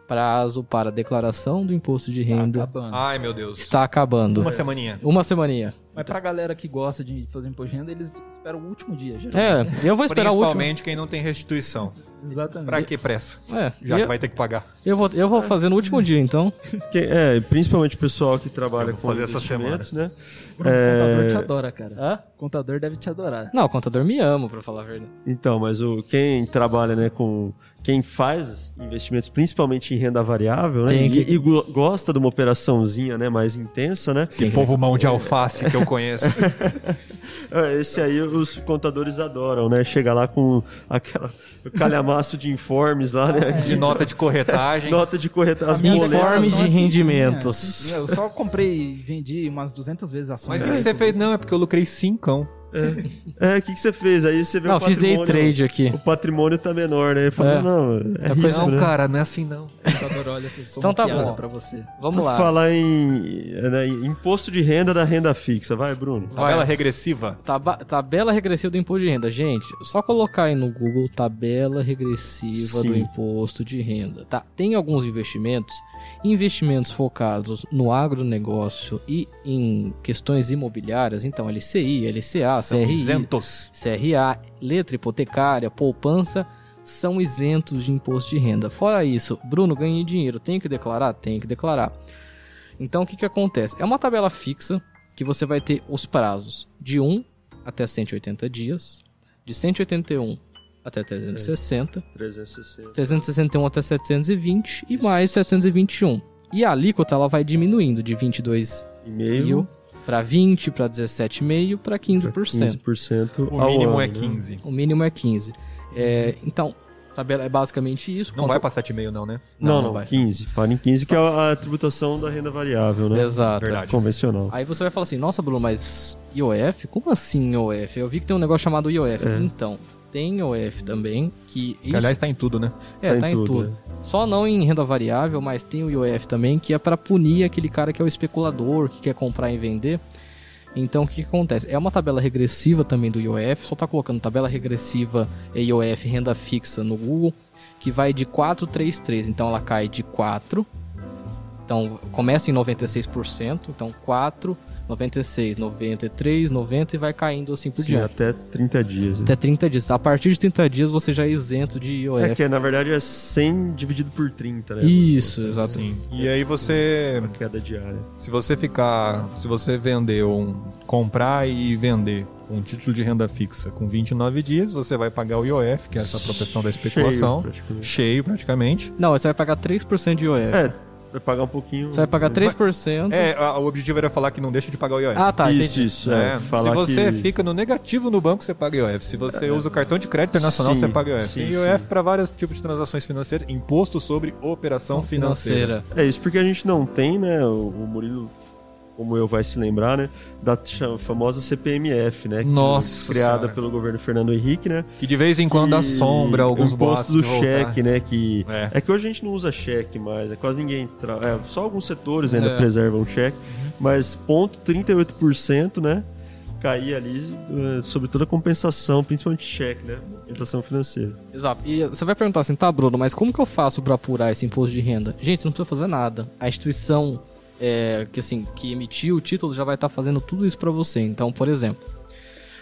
prazo para declaração do imposto de Tá renda acabando. Ai, meu Deus. está acabando. Ah, Uma Uma, semaninha. semaninha. Mas pra galera que gosta de fazer imposto de renda, eles esperam o último dia, geralmente. É, eu vou esperar o último. Principalmente quem não tem restituição. Exatamente. Pra que pressa? É, Já que eu, vai ter que pagar. eu vou, eu vou fazer no último dia, então. Quem- é, principalmente o pessoal que trabalha Eu vou com fazer essa investimentos, né? Bruno, O contador te adora, cara. Hã? O contador deve te adorar. Não, o contador me ama, pra falar a verdade. Então, mas o, quem trabalha, né, com... Quem faz investimentos, principalmente em renda variável, né? Tem E, que- e go- gosta de uma operaçãozinha, né, mais intensa, né? Esse povo mão de alface que eu conheço. É, Esse aí os contadores adoram, né? Chega lá com aquela o calhamaço de informes lá, né? De nota de corretagem. Nota de corretor, as A minha boletas. É. Informe declaração de é assim, rendimentos. minha. Eu só comprei e vendi umas 200 vezes ações. Mas o que você fez? Não, é porque eu lucrei cincão. É, o que, que você fez? Aí você vê Não, o fiz day patrimônio. né? trade aqui. O patrimônio tá menor, né? Fala, É. não, é Tá risco, coisa- Não, né? cara, não é assim não. O contador olha, eu sou Então uma tá piada bom. pra você. Vamos lá. Falar em é, né, em imposto de renda da renda fixa. Vai, Bruno. Vai. Tabela regressiva. Taba- tabela regressiva do imposto de renda. Gente, só colocar aí no Google tabela regressiva do Sim. imposto de renda. Tá? Tem alguns investimentos, investimentos focados no agronegócio e em questões imobiliárias, então LCI, LCA, São CRI, isentos. CRA, letra hipotecária, poupança, são isentos de imposto de renda. Fora isso, Bruno, ganhei dinheiro, tenho que declarar? Tenho que declarar. Então, o que, que acontece? É uma tabela fixa que você vai ter os prazos de 1 até 180 dias, de 181 até 360, 360. 361 até 720 e mais 721. E a alíquota ela vai diminuindo de 22 E-mail. mil para 20, para 17,5, para 15%. 15% O ao mínimo ano, é né? 15. O mínimo é 15. É, então, tabela é basicamente isso. Não Conta- vai pra 7,5 não, né? Não, não, 15. Fala em 15, que é a a tributação da renda variável, né? Exato. Verdade. Convencional. Aí você vai falar assim, nossa, Bruno, mas IOF? Como assim IOF? Eu vi que tem um negócio chamado IOF. Então, tem IOF também, que... Que, Isso, aliás, tá em tudo, né? é, tá em tudo. né? Só não em renda variável, mas tem o IOF também, que é para punir aquele cara que é o especulador, que quer comprar e vender. Então, o que, que acontece? É uma tabela regressiva também do IOF, só tá colocando tabela regressiva e IOF renda fixa no Google, que vai de 433, então ela cai de 4. Então, começa em 96%, então 4, 96, 93, 90 e vai caindo assim por Sim, diante. até 30 dias. né? Até 30 dias. A partir de 30 dias você já é isento de IOF. É que na verdade é 100 dividido por 30, né? Isso, exato. Sim. E aí você, Uma queda diária. se você ficar, se você vender um, comprar e vender um título de renda fixa com 29 dias, você vai pagar o IOF, que é essa é proteção da especulação, Cheio, praticamente. cheio praticamente. Não, você vai pagar 3% de IOF. É, Vai pagar um pouquinho. Você vai pagar Então- 3%. É, a- o objetivo era falar que não deixa de pagar o IOF. Ah, tá. isso, entendi. isso. É, É, se falar você que- É, fica no negativo no banco, você paga IOF. Se você usa o cartão de crédito internacional, Sim, você paga IOF. sim, Tem IOF sim. para vários tipos de transações financeiras, imposto sobre operação financeira. É isso porque a gente não tem, né? O, o Murilo, como eu, vai se lembrar, né? Da cha- famosa CPMF, né? que- Nossa Criada Senhora. pelo governo Fernando Henrique, né? Que de vez em quando E assombra alguns o imposto boatos do que vão voltar. cheque, né? Que É. é. que hoje a gente não usa cheque mais, né? Quase ninguém. Tra... é, só alguns setores ainda É. Uhum. preservam o cheque, mas ponto 38%, né? Cair ali eh, sobre toda a compensação, principalmente cheque, né? Compensação financeira. Exato. E você vai perguntar assim, tá, Bruno, mas como que eu faço pra apurar esse imposto de renda? Gente, você não precisa fazer nada. A instituição é, que assim que emitiu o título já vai estar fazendo tudo isso pra você. Então, por exemplo,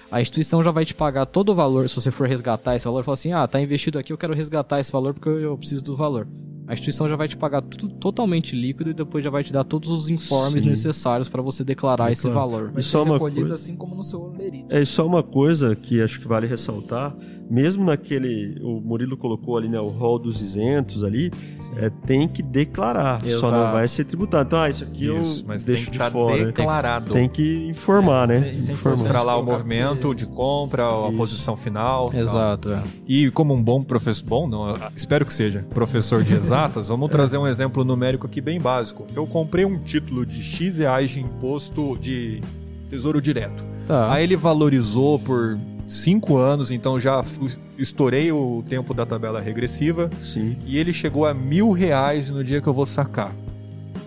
a instituição já vai te pagar todo o valor, se você for resgatar esse valor, fala assim, ah, tá investido aqui, eu quero resgatar esse valor porque eu eu preciso do valor. A instituição já vai te pagar tudo totalmente líquido e depois já vai te dar todos os informes Sim. necessários pra você declarar esse Declarar. valor. Vai E só ser uma recolhido coisa- assim como no seu olerite. É e só uma coisa que acho que vale ressaltar, mesmo naquele, o Murilo colocou ali, né, o rol dos isentos ali, Sim. é, tem que declarar, só Exato. não vai ser tributado. Então, ah, isso aqui Isso, eu mas deixo tem que de tá estar fora. declarado. Tem que informar, né? É, isso é- isso é Informar. importante. Mostrar lá o Colocar movimento de compra, a Isso. posição final. tal. Exato, é. E como um bom professor, bom não, eu espero que seja, professor de exatas, vamos trazer um exemplo numérico aqui bem básico. Eu comprei um título de X reais de imposto de tesouro direto. Tá. Aí ele valorizou por cinco anos, então já fu- estourei o tempo da tabela regressiva Sim. e ele chegou a mil reais no dia que eu vou sacar.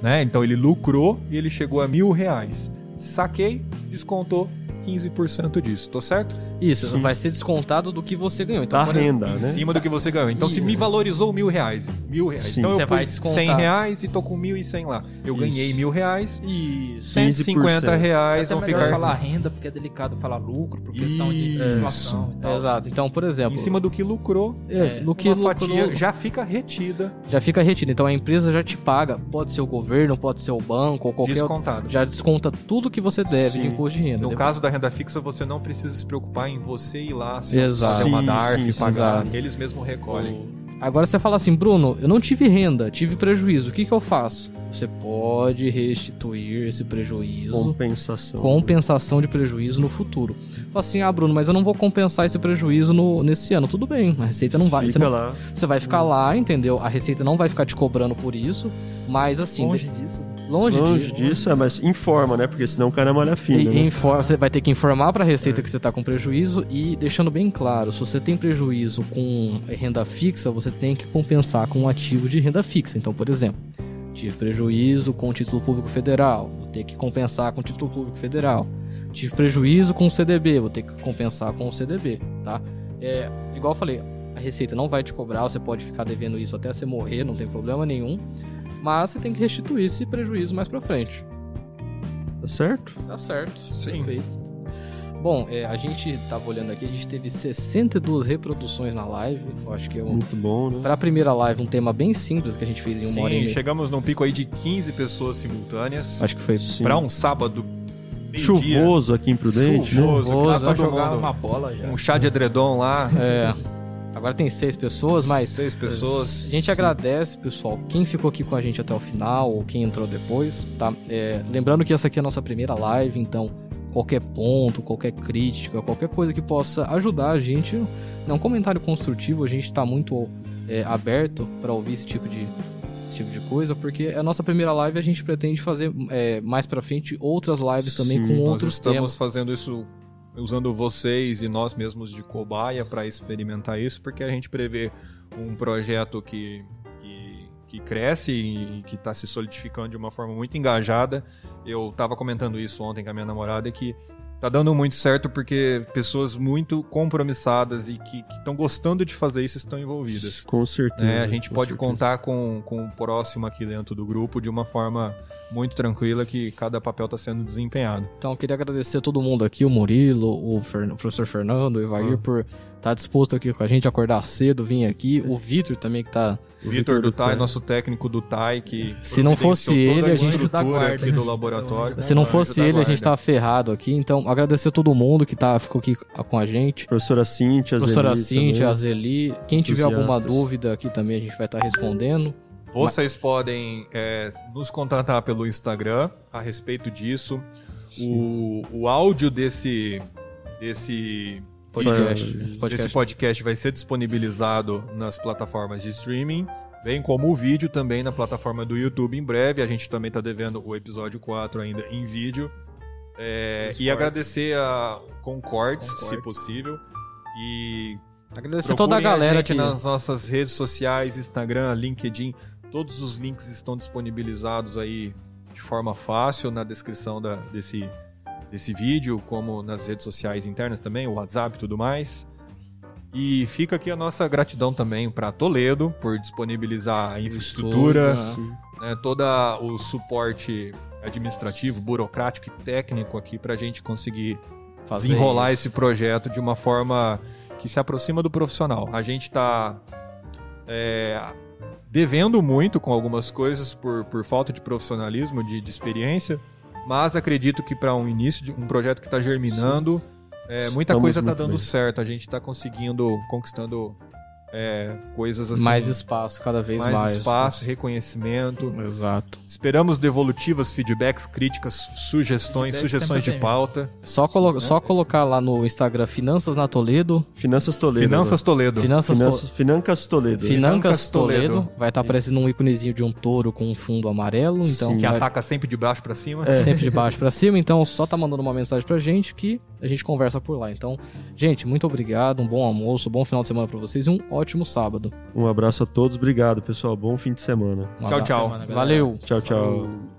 Né? Então ele lucrou e ele chegou a mil reais. Saquei, descontou 15% disso, tô certo? Isso, Sim. vai ser descontado do que você ganhou. Então, Da por exemplo, renda, Tá em né? cima do que você ganhou. Então, se me valorizou mil reais, mil reais. Sim. Então, Você eu vai pus 100 descontar. reais e tô com mil e cem lá. Eu Isso. ganhei mil reais e 150 15%. reais Até vão melhor ficar falar assim. renda, porque é delicado falar lucro, por questão de Isso. inflação e tal. Exato. Então, por exemplo, em cima do que lucrou. é, no que uma lucrou, fatia já fica retida, já fica retido. Então a empresa já te paga, pode ser o governo, pode ser o banco ou qualquer outro. descontado. Já desconta tudo que você deve de Sim. imposto de renda. No Depois- caso da renda fixa, você não precisa se preocupar em você ir lá se- Exato. fazer uma Sim, DARF, sim, sim, pagar. exato. Eles mesmos recolhem. Agora você fala assim, Bruno, eu não tive renda, tive prejuízo. O que, que eu faço? Você pode restituir esse prejuízo. Compensação. Compensação de prejuízo no futuro. Fala assim, ah, Bruno, mas eu não vou compensar esse prejuízo no- nesse ano. Tudo bem, a receita não vai. Fica você não- lá. Você vai ficar lá, entendeu? A Receita não vai ficar te cobrando por isso, mas assim, Longe de- disso. né? longe, Longe de- disso, é, mas informa, né? Porque senão cai na malha E- fina. né? infor- você vai ter que informar pra Receita que você tá com prejuízo e deixando bem claro, se você tem prejuízo com eh, renda fixa, você tem que compensar com um ativo de renda fixa. Então, por exemplo, tive prejuízo com o título público federal, vou ter que compensar com o título público federal. Tive prejuízo com o CDB, vou ter que compensar com o CDB, tá? É, igual eu falei, a Receita não vai te cobrar, você pode ficar devendo isso até você morrer, não tem problema nenhum, mas você tem que restituir esse prejuízo mais pra frente. Tá certo? Tá certo. Sim. Perfeito. Bom, é, a gente tava olhando aqui, a gente teve 62 reproduções na live. Eu acho que é um, Muito bom, né? pra primeira live um tema bem simples que a gente fez em uma hora e Sim, meia. chegamos num pico aí de 15 pessoas simultâneas. Acho que foi. Sim. Pra um sábado meio-dia, Chuvoso aqui em Prudente, né? chuvoso, Chuvoso, que dá né? pra Pra todo jogar mundo. uma bola já. tá um chá de edredom lá. É, agora tem seis pessoas, mas Seis pessoas. a gente agradece, pessoal, quem ficou aqui com a gente até o final ou quem entrou depois, tá? É, lembrando que essa aqui é a nossa primeira live, então qualquer ponto, qualquer crítica, qualquer coisa que possa ajudar a gente, né, um comentário construtivo, a gente tá muito é, aberto para ouvir esse tipo de esse tipo de coisa, porque é a nossa primeira live, a gente pretende fazer é, mais pra frente outras lives também Sim, com nós Nós outros estamos temas. fazendo isso usando vocês e nós mesmos de cobaia para experimentar isso, porque a gente prevê um projeto que, que, que cresce e que está se solidificando de uma forma muito engajada. Eu estava comentando isso ontem com a minha namorada que tá dando muito certo porque pessoas muito compromissadas e que estão gostando de fazer isso estão envolvidas. Com certeza. né? A gente com pode certeza. contar com, com o próximo aqui dentro do grupo de uma forma muito tranquila que cada papel está sendo desempenhado. Então, eu queria agradecer a todo mundo aqui, o Murilo, o, Fern- o professor Fernando, o Ivair, Ah. por estar disposto aqui com a gente, acordar cedo, vir aqui. O Vitor também, que tá. O Vitor do Dutai, TAI, nosso técnico do TAI, que Se não fosse providenciou toda ele, a gente- Anjo da estrutura guarda. aqui do laboratório. Se não Anjo fosse da ele, a gente tá- tava guarda. ferrado aqui. Então, agradecer a todo mundo que tá, ficou aqui com a gente. Professora Cíntia, Professora Zeli Cíntia, também. Azeli. Quem tiver alguma Entusiastas. dúvida aqui também, a gente vai estar tá respondendo. Vocês podem é, nos contatar pelo Instagram a respeito disso. O, o áudio desse, desse, Podcast. desse Podcast. podcast vai ser disponibilizado nas plataformas de streaming, bem como o vídeo também na plataforma do YouTube em breve. A gente também está devendo o episódio 4 ainda em vídeo. É, Os e cortes. agradecer a Concordes, Concordes. se possível. E Agradecer Procurem é toda a galera gente que nas nossas redes sociais, Instagram, LinkedIn, todos os links estão disponibilizados aí de forma fácil na descrição da- desse, desse vídeo, como nas redes sociais internas também, o WhatsApp e tudo mais. E fica aqui a nossa gratidão também para Toledo por disponibilizar a infraestrutura, Ah. Sim. né, todo o suporte administrativo, burocrático e técnico aqui para a gente conseguir fazer desenrolar isso. esse projeto de uma forma que se aproxima do profissional. A gente está devendo muito com algumas coisas por, por falta de profissionalismo, de, de experiência, mas acredito que para um início, de um projeto que está germinando, é, muita Estamos coisa está muito dando bem. certo. A gente está conseguindo, conquistando é, coisas assim. mais espaço, cada vez mais. mais espaço, reconhecimento. Exato. Esperamos devolutivas, feedbacks, críticas, sugestões, Feedback sugestões de sempre tem. pauta. Só, colo- só colocar lá no Instagram Finanças na Toledo, Finanças Toledo. Finanças Toledo. Finanças, To- Finanças, Financas Toledo. Financas Financas Toledo. Toledo. Vai estar aparecendo um íconezinho de um touro com um fundo amarelo, então Sim. Que vai- ataca sempre de baixo para cima. sempre de baixo pra cima, então só tá mandando uma mensagem pra gente que a gente conversa por lá. Então, gente, muito obrigado, um bom almoço, bom final de semana pra vocês e um ótimo sábado. Um abraço a todos. Obrigado, pessoal. Bom fim de semana. Um Tchau, abraço. tchau. Valeu. Tchau, tchau. Falou.